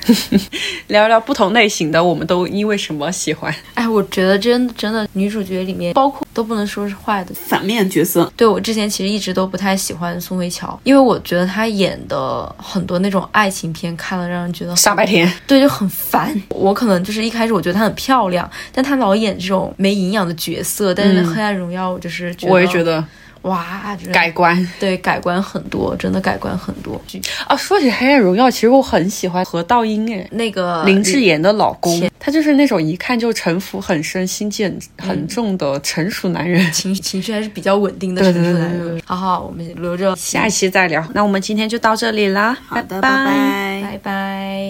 Speaker 2: 聊一聊不同类型的，我们都因为什么喜欢。
Speaker 3: 哎，我觉得真的真的女主角里面，包括都不能说是坏
Speaker 2: 嗯
Speaker 3: 的，
Speaker 1: 反面角色，
Speaker 3: 对我之前其实一直都不太喜欢宋慧乔，因为我觉得她演的很多那种爱情片，看了让人觉得
Speaker 2: 傻白甜，
Speaker 3: 对就很烦。我可能就是一开始我觉得她很漂亮，但她老演这种没营养的角色，但是《黑暗荣耀》我就是觉得
Speaker 2: 嗯我也觉得
Speaker 3: 哇，就是
Speaker 2: 改观
Speaker 3: 对改观很多，真的改观很多。
Speaker 2: 啊。说起《黑暗荣耀》，其实我很喜欢何道英诶。
Speaker 3: 那个
Speaker 2: 林志妍的老公，他就是那种一看就城府很深、心机很很重的成熟男人。
Speaker 3: 情绪情绪还是比较稳定的，
Speaker 2: 对
Speaker 3: 成熟
Speaker 2: 对对
Speaker 3: 男
Speaker 2: 对
Speaker 3: 人。好好，我们留着
Speaker 2: 下一期再聊，那我们今天就到这里啦，
Speaker 1: 好的，拜拜。
Speaker 3: 拜拜。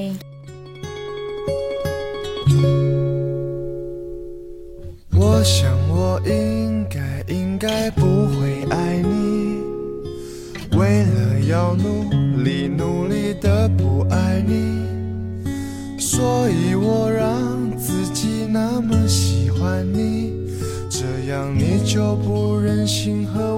Speaker 5: 我想我应该应该不会爱你，为了要努力努力的不爱你，所以我让自己那么喜欢你，这样你就不忍心和